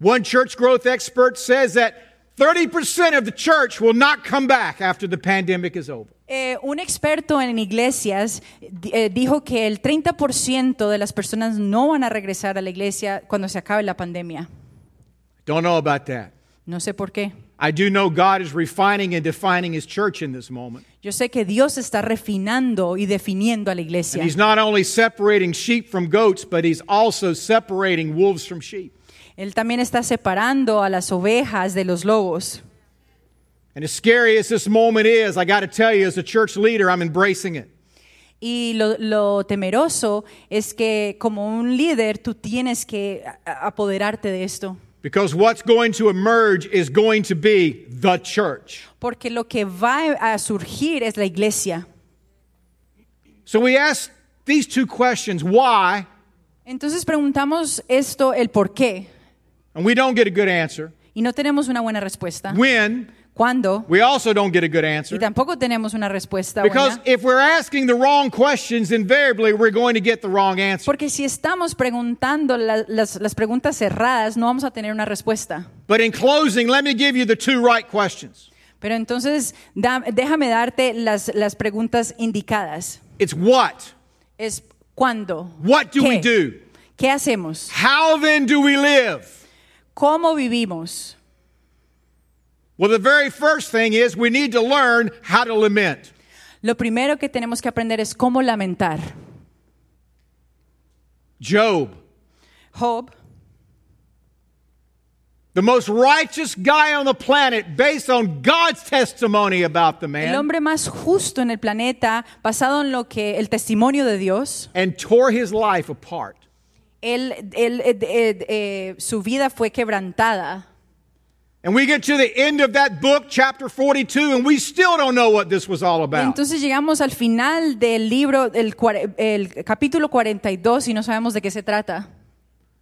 Speaker 1: One church growth expert says that 30% of the church will not come back after the pandemic is over.
Speaker 2: Eh, un experto en iglesias di- eh, dijo que el 30% de las personas no van a regresar a la iglesia cuando se acabe la pandemia.
Speaker 1: Don't know about that.
Speaker 2: No sé por qué.
Speaker 1: I do know God is refining and defining his church in this moment.
Speaker 2: Yo sé que Dios está refinando y definiendo a la
Speaker 1: And
Speaker 2: iglesia.
Speaker 1: he's not only separating sheep from goats, but he's also separating wolves from sheep.
Speaker 2: Él también está separando a las ovejas de los lobos.
Speaker 1: And as scary as this moment is, I got to tell you, as a church leader, I'm embracing it.
Speaker 2: Y lo, lo temeroso es que como un líder tú tienes que a- a- apoderarte de esto.
Speaker 1: Because what's going to emerge is going to be the church.
Speaker 2: Porque lo que va a surgir es la iglesia.
Speaker 1: So we ask these two questions why?
Speaker 2: Entonces preguntamos esto, el por qué.
Speaker 1: And we don't get a good answer.
Speaker 2: Y no tenemos una buena respuesta.
Speaker 1: When?
Speaker 2: ¿Cuándo?
Speaker 1: We also don't get a good
Speaker 2: Y
Speaker 1: answer.
Speaker 2: tampoco tenemos una respuesta
Speaker 1: Because
Speaker 2: buena.
Speaker 1: if we're asking the wrong questions, invariably we're going to get the wrong answer.
Speaker 2: Porque si estamos preguntando la- las, las preguntas cerradas, no vamos a tener una respuesta.
Speaker 1: But in closing, let me give you the two right questions.
Speaker 2: Pero entonces da- déjame darte las, las preguntas indicadas.
Speaker 1: It's what?
Speaker 2: Es ¿cuándo?
Speaker 1: What do
Speaker 2: ¿Qué?
Speaker 1: we do?
Speaker 2: ¿Qué hacemos?
Speaker 1: How then do we live?
Speaker 2: ¿Cómo vivimos?
Speaker 1: Well, the very first thing is we need to learn how to lament.
Speaker 2: Lo primero que tenemos que aprender es cómo lamentar.
Speaker 1: Job,
Speaker 2: Job,
Speaker 1: The most righteous guy on the planet, based on God's testimony about the
Speaker 2: el
Speaker 1: man,
Speaker 2: hombre más justo en el planeta, basado en lo que el testimonio de Dios,
Speaker 1: and tore his life apart.
Speaker 2: él, él, eh, eh, eh, su vida fue quebrantada.
Speaker 1: And we get to the end of that book, chapter 42, and we still don't know what this was all about.
Speaker 2: Entonces llegamos al final del libro, el, cuare- el capítulo 42, y no sabemos de qué se trata.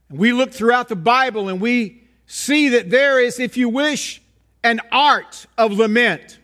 Speaker 1: We look throughout the Bible and we see that there is, if you wish, an art of lament.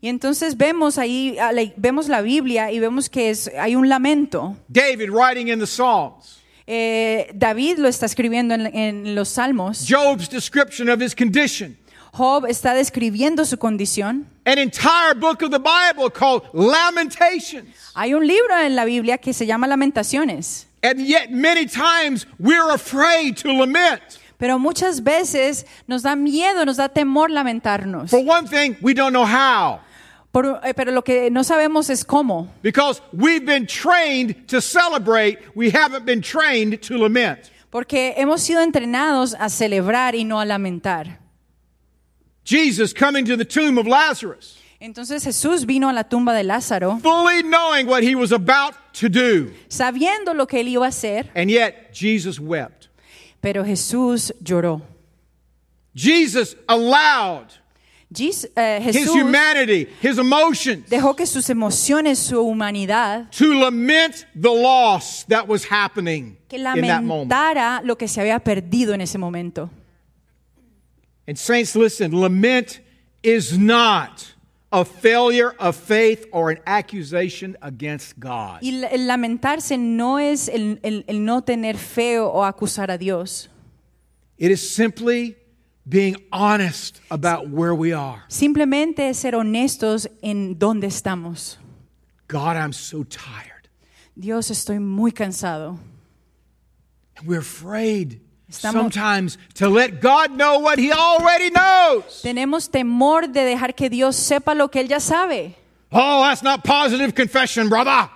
Speaker 2: Y entonces vemos ahí, a la- vemos la Biblia y vemos que es, hay un lamento.
Speaker 1: David writing in the Psalms,
Speaker 2: Eh, David lo está escribiendo en, en los Salmos.
Speaker 1: Job's description of his condition.
Speaker 2: Job está describiendo su condición.
Speaker 1: An entire book of the Bible called Lamentations.
Speaker 2: Hay un libro en la Biblia que se llama Lamentaciones,
Speaker 1: And yet, many times we're afraid to lament.
Speaker 2: pero muchas veces nos da miedo, nos da temor lamentarnos.
Speaker 1: For one thing, we don't know how
Speaker 2: Por- eh, pero lo que no sabemos es cómo,
Speaker 1: because we've been trained to celebrate, we haven't been trained to lament.
Speaker 2: porque hemos sido entrenados a celebrar y no a lamentar.
Speaker 1: Jesus coming to the tomb of Lazarus,
Speaker 2: Entonces Jesús vino a la tumba de Lázaro
Speaker 1: fully knowing what he was about to do,
Speaker 2: sabiendo lo que él iba a hacer,
Speaker 1: and yet Jesus wept.
Speaker 2: pero Jesús lloró.
Speaker 1: Jesus allowed
Speaker 2: Jes- eh,
Speaker 1: his
Speaker 2: Jesús
Speaker 1: humanity, his emotions,
Speaker 2: dejó que sus emociones, su humanidad,
Speaker 1: to lament the loss that was happening
Speaker 2: que
Speaker 1: in that moment.
Speaker 2: lamentara lo que se había perdido en ese momento.
Speaker 1: And, saints, listen lament is not a failure of faith or an accusation against God.
Speaker 2: Y la- el lamentarse no es el, el- el no tener fe o acusar a Dios.
Speaker 1: It is simply being honest about where we are.
Speaker 2: Simplemente es ser honestos en dónde estamos.
Speaker 1: God, I'm so tired.
Speaker 2: Dios, estoy muy cansado.
Speaker 1: And we're afraid
Speaker 2: Estamos-
Speaker 1: sometimes to let God know what He already knows.
Speaker 2: Tenemos temor de dejar que Dios sepa lo que Él ya sabe.
Speaker 1: Oh, that's not positive confession, brother.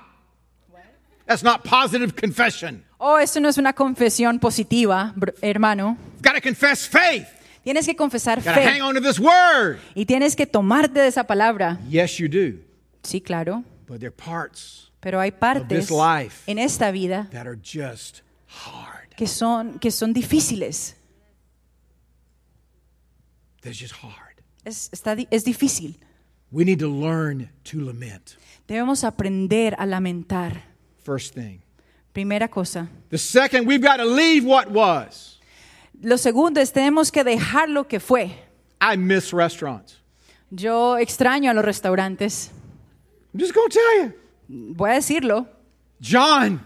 Speaker 1: That's not positive confession.
Speaker 2: Oh, esto no es una confesión positiva, br- hermano.
Speaker 1: Got to confess faith.
Speaker 2: Tienes que confesar
Speaker 1: Got to hang
Speaker 2: fe
Speaker 1: on to this word.
Speaker 2: y tienes que tomarte de esa palabra.
Speaker 1: Yes, you do.
Speaker 2: Sí, claro,
Speaker 1: But there are parts
Speaker 2: pero hay partes
Speaker 1: this life.
Speaker 2: en esta vida
Speaker 1: that are just hard.
Speaker 2: que son, que son difíciles.
Speaker 1: That's just hard.
Speaker 2: Es, está di- es difícil.
Speaker 1: We need to learn to lament.
Speaker 2: Debemos aprender a lamentar.
Speaker 1: First thing.
Speaker 2: Primera cosa.
Speaker 1: The second, we've got to leave what was.
Speaker 2: Lo segundo es tenemos que dejar lo que fue.
Speaker 1: I miss restaurants.
Speaker 2: Yo extraño a los restaurantes.
Speaker 1: I'm just going to tell you.
Speaker 2: Voy a decirlo.
Speaker 1: John,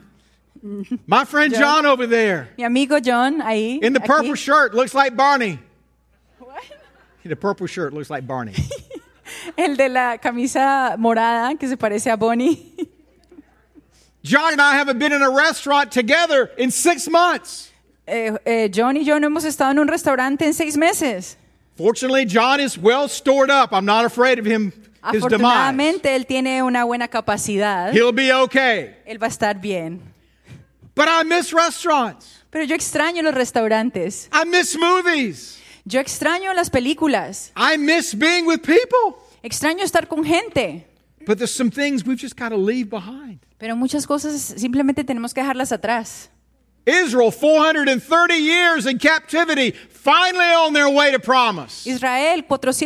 Speaker 1: my friend
Speaker 2: John.
Speaker 1: John over there
Speaker 2: Mi amigo John ahí.
Speaker 1: in the
Speaker 2: aquí.
Speaker 1: purple shirt looks like Barney. In the purple shirt looks like Barney.
Speaker 2: El de la camisa morada que se parece a Bonnie.
Speaker 1: John and I haven't been in a restaurant together in six months.
Speaker 2: Eh, eh, John y yo no hemos estado en un restaurante en seis meses.
Speaker 1: Fortunately, John is well stored up. I'm not afraid of him, his demise.
Speaker 2: Afortunadamente él tiene una buena capacidad.
Speaker 1: He'll be okay.
Speaker 2: Él va a estar bien.
Speaker 1: But I miss restaurants.
Speaker 2: Pero yo extraño los restaurantes.
Speaker 1: I miss movies.
Speaker 2: Yo extraño las películas.
Speaker 1: I miss being with people.
Speaker 2: Extraño estar con gente.
Speaker 1: But there's some things we've just got to leave behind.
Speaker 2: Pero muchas cosas simplemente tenemos que dejarlas atrás.
Speaker 1: Israel, 430 years in captivity, finally on their way to promise.
Speaker 2: Israel,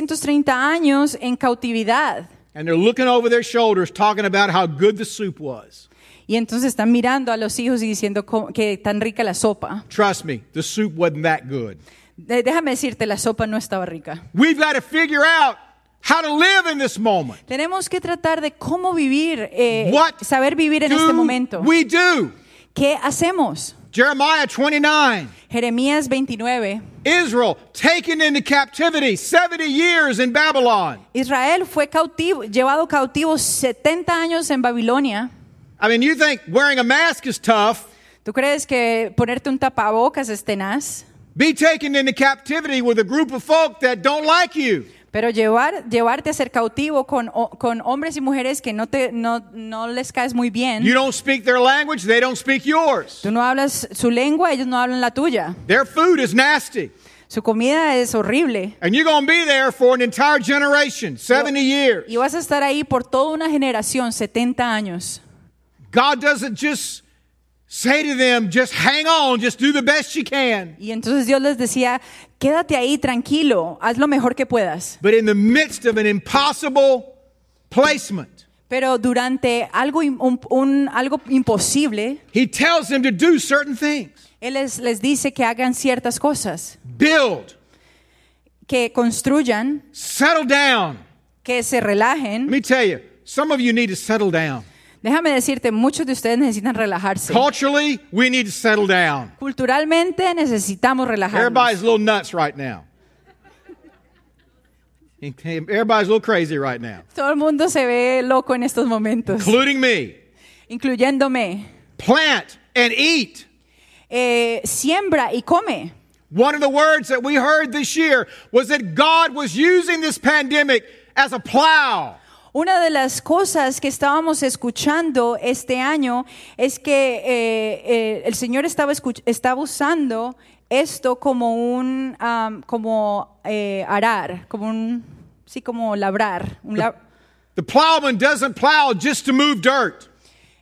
Speaker 2: 430 años en cautividad.
Speaker 1: And they're looking over their shoulders, talking about how good the soup was.
Speaker 2: Y entonces están mirando a los hijos y diciendo co- que tan rica la sopa.
Speaker 1: Trust me, the soup wasn't that good.
Speaker 2: De- déjame decirte, la sopa no estaba rica.
Speaker 1: We've got to figure out how to live in this moment.
Speaker 2: Tenemos que tratar de cómo vivir, eh,
Speaker 1: What
Speaker 2: saber vivir en
Speaker 1: do
Speaker 2: este momento.
Speaker 1: We do.
Speaker 2: ¿Qué hacemos?
Speaker 1: Jeremiah 29.
Speaker 2: Jeremías 29.
Speaker 1: Israel taken into captivity 70 years in Babylon.
Speaker 2: Israel fue cautivo, llevado cautivo 70 años en Babilonia.
Speaker 1: I mean, you think wearing a mask is tough.
Speaker 2: ¿Tú crees que ponerte un tapabocas es tenaz?
Speaker 1: Be taken into captivity with a group of folk that don't like you.
Speaker 2: Pero llevar, llevarte a ser cautivo con, o- con hombres y mujeres que no, te, no, no les caes muy bien.
Speaker 1: You don't speak their language, they don't speak yours.
Speaker 2: Tú no hablas su lengua, ellos no hablan la tuya.
Speaker 1: Their food is nasty.
Speaker 2: Su comida es horrible.
Speaker 1: And you're going to be there for an entire generation, 70 years.
Speaker 2: Y vas a estar ahí por toda una generación, 70 años.
Speaker 1: God doesn't just say to them, just hang on, just do the best you can.
Speaker 2: Y entonces Dios les decía, quédate ahí tranquilo, haz lo mejor que puedas.
Speaker 1: But in the midst of an impossible placement,
Speaker 2: Pero durante algo, im- un- un- algo imposible,
Speaker 1: He tells them to do certain things
Speaker 2: Él les, les dice que hagan ciertas cosas.
Speaker 1: build,
Speaker 2: que construyan,
Speaker 1: Settle down.
Speaker 2: que se relajen.
Speaker 1: Let me tell you, some of you need to settle down.
Speaker 2: Déjame decirte, muchos de ustedes necesitan relajarse.
Speaker 1: Culturally, we need to settle down.
Speaker 2: Culturalmente necesitamos relajarnos.
Speaker 1: Everybody's a little nuts right now. Everybody's a little crazy right now,
Speaker 2: Todo el mundo se ve loco en estos momentos,
Speaker 1: including me.
Speaker 2: incluyéndome.
Speaker 1: Plant and eat.
Speaker 2: Eh, siembra y come.
Speaker 1: One of the words that we heard this year was that God was using this pandemic as a plow.
Speaker 2: Una de las cosas que estábamos escuchando este año es que eh, eh, el Señor estaba, escuch- estaba usando esto como un am, como eh, arar, como un sí, como labrar. un lab-
Speaker 1: The plowman doesn't plow just to move dirt.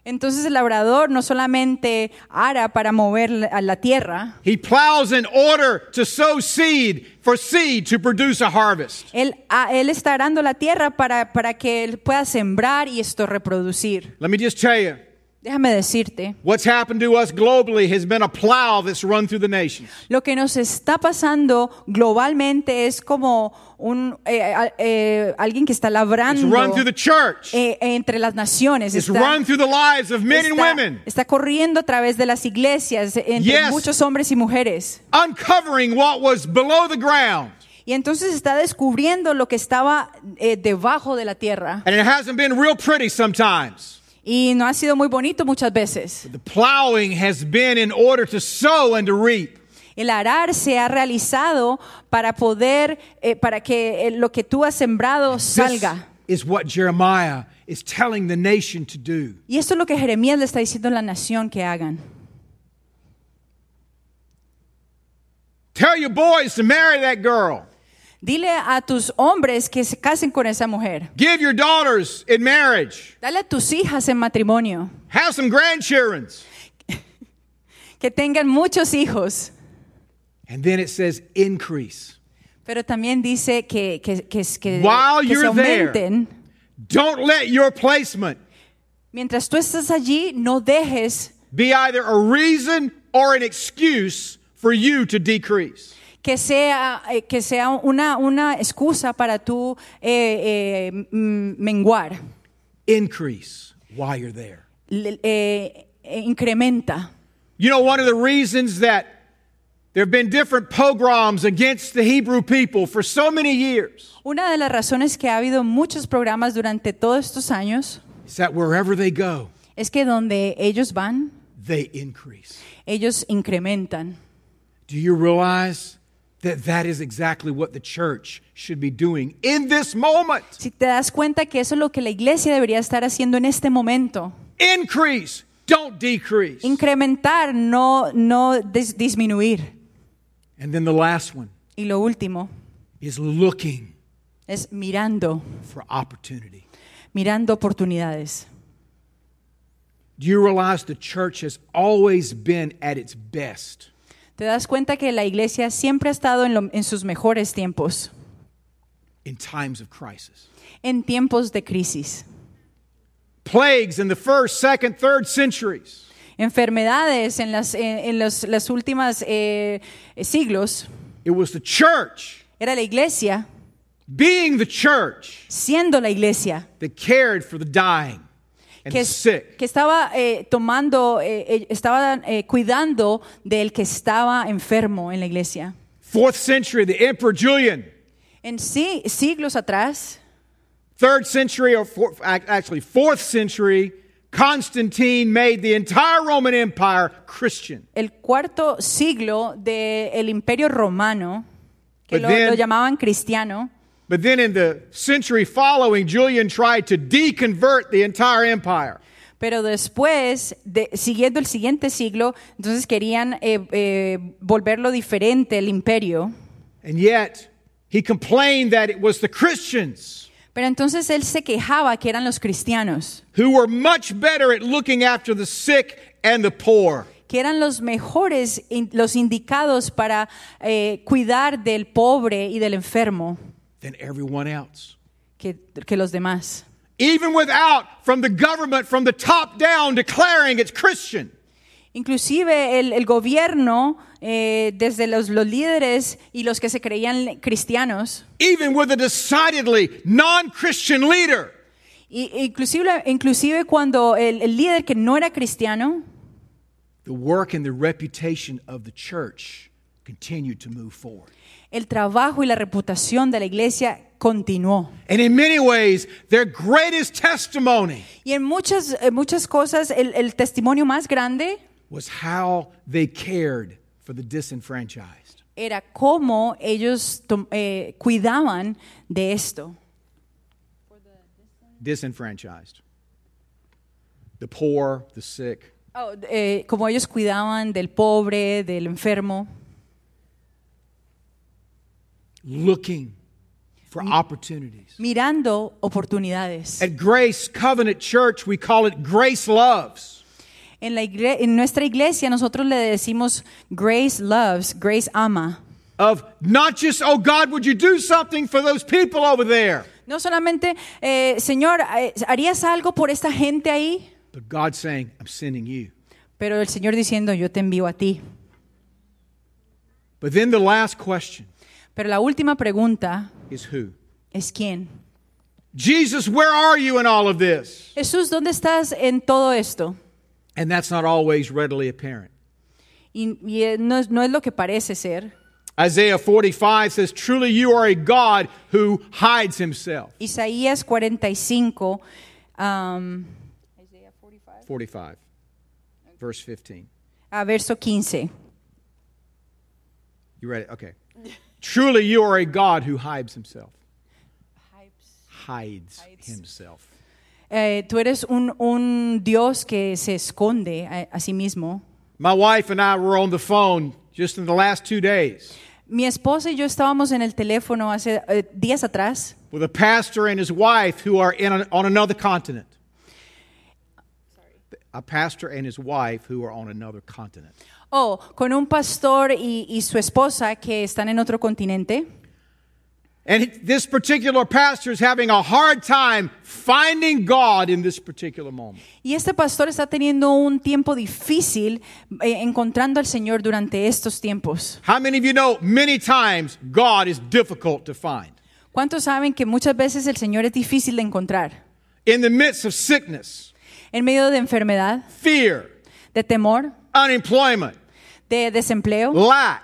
Speaker 2: Entonces el labrador no solamente ara para mover la- a la tierra,
Speaker 1: He plows in order to sow seed for seed to produce a harvest.
Speaker 2: él, a- él está arando la tierra para, para que él pueda sembrar y esto reproducir.
Speaker 1: Let me just tell you,
Speaker 2: Déjame decirte.
Speaker 1: what's happened to us globally has been a plow that's run through the nations.
Speaker 2: Lo que nos está pasando globalmente es como un, eh, a- eh, alguien que está
Speaker 1: It's
Speaker 2: labrando
Speaker 1: run through the church.
Speaker 2: eh, entre las naciones.
Speaker 1: It's
Speaker 2: está,
Speaker 1: run through the lives of men and
Speaker 2: está-
Speaker 1: women,
Speaker 2: está corriendo a través de las iglesias, entre
Speaker 1: Yes.
Speaker 2: muchos hombres y mujeres.
Speaker 1: uncovering what was below the ground.
Speaker 2: Y entonces está descubriendo lo que estaba eh, debajo de la tierra.
Speaker 1: And it hasn't been real pretty sometimes.
Speaker 2: Y no ha sido muy bonito muchas veces.
Speaker 1: The plowing has been in order to sow and to reap.
Speaker 2: El arar se ha realizado para poder, eh, para que eh, lo que tú has sembrado
Speaker 1: This
Speaker 2: salga.
Speaker 1: is what Jeremiah is telling the nation to do.
Speaker 2: Y esto es lo que Jeremías le está diciendo a la nación que hagan.
Speaker 1: Tell your boys to marry that girl.
Speaker 2: Dile a tus hombres que se casen con esa mujer.
Speaker 1: Give your daughters in marriage.
Speaker 2: Dale a tus hijas en matrimonio.
Speaker 1: Have some grandchildren.
Speaker 2: Que tengan muchos hijos.
Speaker 1: And then it says increase.
Speaker 2: Pero también dice que, que, que, que-
Speaker 1: While
Speaker 2: que se
Speaker 1: you're there.
Speaker 2: aumenten.
Speaker 1: Don't let your placement
Speaker 2: Mientras tú estás allí, no dejes
Speaker 1: be either a reason or an excuse for you to decrease.
Speaker 2: que sea, eh, que sea una, una excusa para tú eh, eh, mm, menguar.
Speaker 1: Increase while you're there.
Speaker 2: Le- eh, eh, incrementa.
Speaker 1: You know, one of the reasons that there have been different pogroms against the Hebrew people for so many years
Speaker 2: Una de las razones que ha habido muchos programas durante todos estos años
Speaker 1: is that wherever they go,
Speaker 2: es que donde ellos van,
Speaker 1: they increase.
Speaker 2: ellos incrementan.
Speaker 1: Do you realize that that is exactly what the church should be doing in this moment?
Speaker 2: Si te das cuenta que eso es lo que la iglesia debería estar haciendo en este momento,
Speaker 1: Increase, don't decrease.
Speaker 2: incrementar, no, no dis- disminuir.
Speaker 1: and then the last one
Speaker 2: Y lo último
Speaker 1: is looking
Speaker 2: es mirando,
Speaker 1: for opportunity.
Speaker 2: mirando oportunidades.
Speaker 1: Do you realize the church has always been at its best
Speaker 2: Te das cuenta que la iglesia siempre ha estado en, lo- en sus mejores tiempos,
Speaker 1: in times of crisis?
Speaker 2: en tiempos de crisis,
Speaker 1: Plagues in the first, second, third centuries.
Speaker 2: enfermedades en las, en, en los las últimas eh, siglos.
Speaker 1: It was the church,
Speaker 2: Era la iglesia,
Speaker 1: being the church,
Speaker 2: siendo la iglesia,
Speaker 1: that cared for the dying and
Speaker 2: que,
Speaker 1: the sick.
Speaker 2: que estaba eh, tomando, eh, eh, estaba eh, cuidando del que estaba enfermo en la iglesia.
Speaker 1: Fourth century, the Emperor Julian.
Speaker 2: En sí, siglos atrás,
Speaker 1: Third century, or four, ac- actually fourth century, Constantine made the entire Roman Empire Christian.
Speaker 2: el cuarto siglo del imperio romano, que
Speaker 1: But
Speaker 2: lo,
Speaker 1: then-
Speaker 2: lo llamaban cristiano,
Speaker 1: But then in the century following, Julian tried to deconvert the entire empire.
Speaker 2: pero después, de- siguiendo el siguiente siglo, entonces querían eh, eh, volverlo diferente el imperio.
Speaker 1: And yet, he complained that it was the Christians
Speaker 2: Pero entonces él se quejaba que eran los cristianos.
Speaker 1: who were much better at looking after the sick and the poor.
Speaker 2: que eran los mejores, in- los indicados para eh, cuidar del pobre y del enfermo
Speaker 1: than everyone else.
Speaker 2: que, que los demás.
Speaker 1: Even without from the government, from the top down, declaring it's Christian.
Speaker 2: Inclusive el, el gobierno, eh, desde los, los líderes y los que se creían cristianos,
Speaker 1: even with a decidedly non-Christian leader,
Speaker 2: y- inclusive, inclusive cuando el, el líder que no era cristiano,
Speaker 1: the work and the reputation of the church continued to move forward.
Speaker 2: el trabajo y la reputación de la iglesia continuó.
Speaker 1: And in many ways, their greatest testimony
Speaker 2: Y en muchas, en muchas cosas, el, el testimonio más grande
Speaker 1: was how they cared for the disenfranchised.
Speaker 2: era cómo ellos tom- eh, cuidaban de esto.
Speaker 1: Disenfranchised. The poor, the sick.
Speaker 2: Oh, eh, cómo ellos cuidaban del pobre, del enfermo,
Speaker 1: looking for opportunities.
Speaker 2: mirando oportunidades.
Speaker 1: At Grace Covenant Church, we call it Grace Loves.
Speaker 2: En, la igre- en nuestra iglesia nosotros le decimos Grace loves, Grace ama.
Speaker 1: Of not just, oh God, would you do something for those people over there?
Speaker 2: No solamente, eh, Señor, eh, ¿harías algo por esta gente ahí?
Speaker 1: But God saying, I'm sending you.
Speaker 2: Pero el Señor diciendo, yo te envío a ti.
Speaker 1: But then the last question
Speaker 2: Pero la última pregunta
Speaker 1: is who?
Speaker 2: es quién.
Speaker 1: Jesus, where are you in all of this?
Speaker 2: Jesús, ¿dónde estás en todo esto?
Speaker 1: And that's not always readily apparent.
Speaker 2: Y, y, eh, no, es- no es lo que parece ser.
Speaker 1: Isaiah 45 says, Truly you are a God who hides himself.
Speaker 2: Isaías 45, am,
Speaker 1: 45, verse 15.
Speaker 2: a verso 15.
Speaker 1: You ready? Okay. Truly, you are a God who hides himself. Hides, himself.
Speaker 2: Eh, tú eres un, un Dios que se esconde a, a sí mismo.
Speaker 1: My wife and I were on the phone just in the last two days
Speaker 2: Mi esposa y yo estábamos en el teléfono hace eh, días atrás
Speaker 1: with a pastor and his wife who are in an, on another continent. A pastor and his wife who are on another continent.
Speaker 2: oh, con un pastor y, y su esposa que están en otro continente.
Speaker 1: And he- this particular pastor is having a hard time finding God in this particular moment.
Speaker 2: Y este pastor está teniendo un tiempo difícil eh, encontrando al Señor durante estos tiempos.
Speaker 1: How many of you know many times God is difficult to find?
Speaker 2: ¿Cuántos saben que muchas veces el Señor es difícil de encontrar?
Speaker 1: In the midst of sickness,
Speaker 2: En medio de enfermedad,
Speaker 1: fear,
Speaker 2: de temor,
Speaker 1: unemployment,
Speaker 2: de desempleo,
Speaker 1: lack.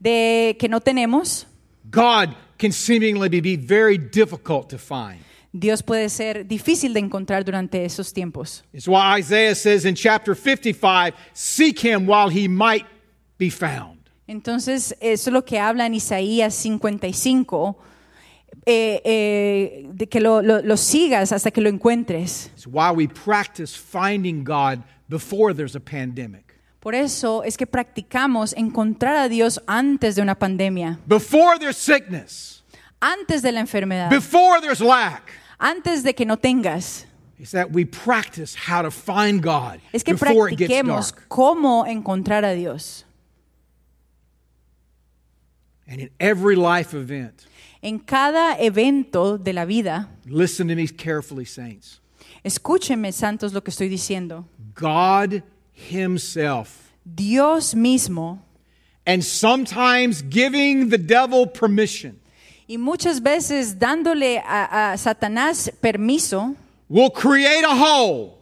Speaker 2: de que no tenemos,
Speaker 1: God can seemingly be very difficult to find.
Speaker 2: Dios puede ser difícil de encontrar durante esos tiempos.
Speaker 1: It's why Isaiah says in chapter 55 seek him while he might be found.
Speaker 2: Entonces, eso es lo que habla en Isaías 55, eh, eh, de que lo, lo- lo sigas hasta que lo encuentres.
Speaker 1: It's why we practice finding God before there's a pandemic,
Speaker 2: Por eso es que practicamos encontrar a Dios antes de una pandemia,
Speaker 1: before there's sickness,
Speaker 2: antes de la enfermedad,
Speaker 1: before there's lack.
Speaker 2: antes de que no tengas.
Speaker 1: It's that we practice how to find God
Speaker 2: Es que
Speaker 1: before it gets
Speaker 2: practiquemos
Speaker 1: dark.
Speaker 2: cómo encontrar a Dios.
Speaker 1: And in every life event,
Speaker 2: En cada evento de la vida,
Speaker 1: listen to me carefully, saints.
Speaker 2: escúcheme, santos, lo que estoy diciendo.
Speaker 1: God Himself
Speaker 2: Dios mismo,
Speaker 1: and sometimes giving the devil permission
Speaker 2: y muchas veces dándole a, a Satanás permiso,
Speaker 1: will create a hole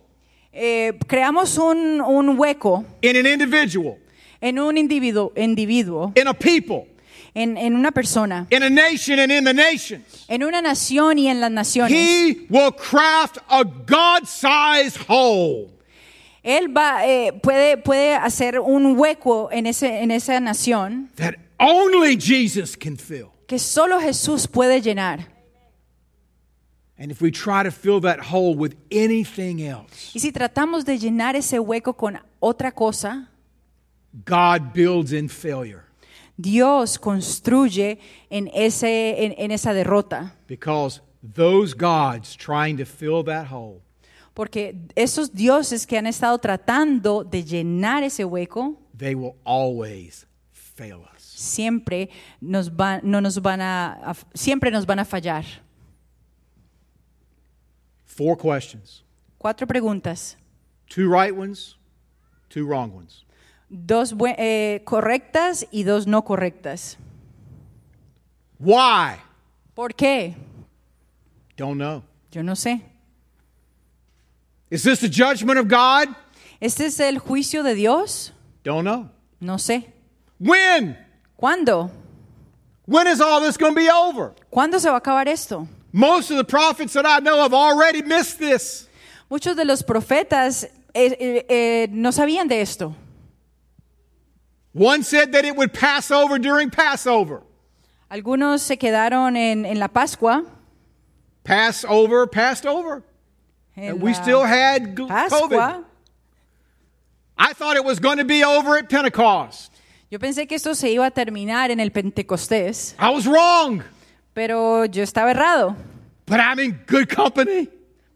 Speaker 2: eh, creamos un, un hueco
Speaker 1: in an individual,
Speaker 2: en un individuo, individuo
Speaker 1: in a people,
Speaker 2: en, en una persona,
Speaker 1: in a nation, and in the nations.
Speaker 2: en una nación y en las naciones.
Speaker 1: He will craft a God sized hole
Speaker 2: Él va, eh, puede, puede hacer un hueco en, ese, en esa nación
Speaker 1: that only Jesus can fill.
Speaker 2: que solo Jesús puede llenar.
Speaker 1: And if we try to fill that hole with anything else,
Speaker 2: Y si tratamos de llenar ese hueco con otra cosa,
Speaker 1: God builds in failure
Speaker 2: Dios construye en, ese, en, en esa derrota.
Speaker 1: because those gods trying to fill that hole
Speaker 2: Porque esos dioses que han estado tratando de llenar ese hueco,
Speaker 1: they will always fail us.
Speaker 2: siempre nos, va- no nos van a, a- siempre nos van a fallar.
Speaker 1: Four questions
Speaker 2: Cuatro preguntas.
Speaker 1: two right ones, two wrong ones.
Speaker 2: Dos bue- eh, correctas y dos no correctas.
Speaker 1: Why?
Speaker 2: ¿Por qué?
Speaker 1: Don't know.
Speaker 2: Yo no sé.
Speaker 1: Is this the judgment of God?
Speaker 2: ¿Este es el juicio de Dios?
Speaker 1: Don't know.
Speaker 2: No sé.
Speaker 1: When?
Speaker 2: ¿Cuándo?
Speaker 1: When is all this going to be over?
Speaker 2: ¿Cuándo se va a acabar esto?
Speaker 1: Most of the prophets that I know have already missed this.
Speaker 2: Muchos de los profetas eh, eh, eh, no sabían de esto.
Speaker 1: One said that it would pass over during Passover.
Speaker 2: Algunos se quedaron en, en la Pascua.
Speaker 1: Passover, passed over.
Speaker 2: en
Speaker 1: And we
Speaker 2: la
Speaker 1: still had g- COVID.
Speaker 2: Pascua.
Speaker 1: I thought it was going to be over at Pentecost.
Speaker 2: Yo pensé que esto se iba a terminar en el Pentecostés,
Speaker 1: I was wrong,
Speaker 2: pero yo estaba errado.
Speaker 1: but I'm in good company.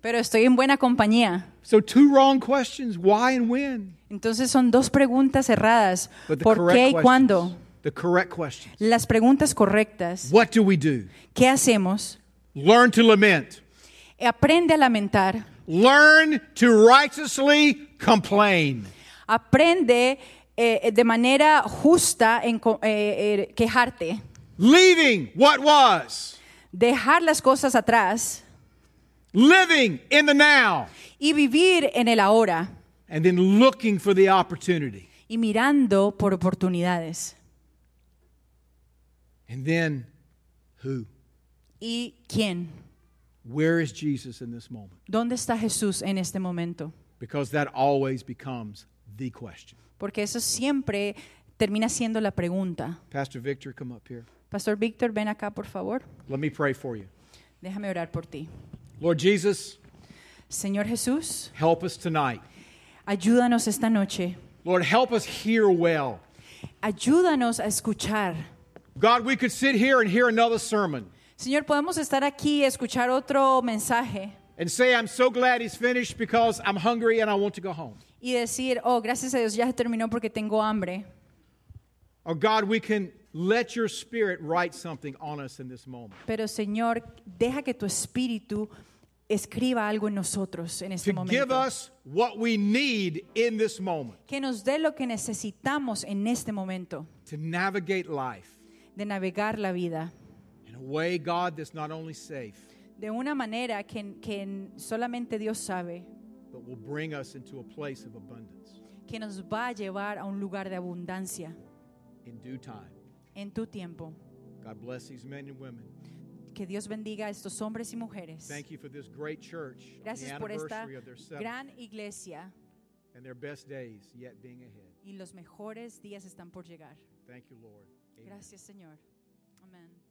Speaker 2: Pero estoy en buena compañía.
Speaker 1: So, two wrong questions why and when?
Speaker 2: Entonces son dos preguntas erradas.
Speaker 1: But the
Speaker 2: ¿Por
Speaker 1: correct
Speaker 2: qué y
Speaker 1: questions-
Speaker 2: cuándo?
Speaker 1: The correct question.
Speaker 2: Las preguntas correctas.
Speaker 1: What do we do?
Speaker 2: ¿Qué hacemos?
Speaker 1: Learn to lament,
Speaker 2: Aprende a lamentar.
Speaker 1: learn to righteously complain.
Speaker 2: Aprende eh, de manera justa en co- eh, eh, quejarte.
Speaker 1: leaving what was,
Speaker 2: Dejar las cosas atrás
Speaker 1: living in the now,
Speaker 2: y vivir en el ahora
Speaker 1: and then looking for the opportunity.
Speaker 2: y mirando por oportunidades.
Speaker 1: And then who?
Speaker 2: ¿Y quién?
Speaker 1: Where is Jesus in this moment?
Speaker 2: ¿Dónde está Jesús en este momento?
Speaker 1: Because that always becomes the question.
Speaker 2: Porque eso siempre termina siendo la pregunta.
Speaker 1: Pastor Victor, come up here.
Speaker 2: Pastor Víctor, ven acá, por favor.
Speaker 1: Let me pray for you.
Speaker 2: Déjame orar por ti.
Speaker 1: Lord Jesus,
Speaker 2: Señor Jesús,
Speaker 1: help us tonight.
Speaker 2: ayúdanos esta noche.
Speaker 1: Lord, help us hear well.
Speaker 2: Ayúdanos a escuchar.
Speaker 1: God, we could sit here and hear another sermon
Speaker 2: Señor, podemos estar aquí y escuchar otro mensaje
Speaker 1: and say, I'm so glad he's finished because I'm hungry and I want to go home.
Speaker 2: y decir, oh, gracias a Dios ya se terminó porque tengo hambre.
Speaker 1: Or, God, we can let your spirit write something on us in this moment.
Speaker 2: Pero Señor, deja que tu espíritu escriba algo en nosotros en este
Speaker 1: to give
Speaker 2: momento.
Speaker 1: us what we need in this moment
Speaker 2: Que nos dé lo que necesitamos en este momento
Speaker 1: to navigate life
Speaker 2: de navegar la vida
Speaker 1: in a way, God, that's not only safe,
Speaker 2: de una manera que, que solamente Dios sabe,
Speaker 1: but will bring us into a place of abundance
Speaker 2: que nos va a llevar a un lugar de abundancia
Speaker 1: in due time.
Speaker 2: en tu tiempo.
Speaker 1: God bless these men and women.
Speaker 2: Que Dios bendiga a estos hombres y mujeres.
Speaker 1: Thank you for this great church, on the
Speaker 2: Gracias por esta
Speaker 1: anniversary of their seventh,
Speaker 2: gran iglesia.
Speaker 1: and their best days yet being ahead.
Speaker 2: y los mejores días están por llegar.
Speaker 1: Thank you, Lord. Amen.
Speaker 2: Gracias, Señor. Amén.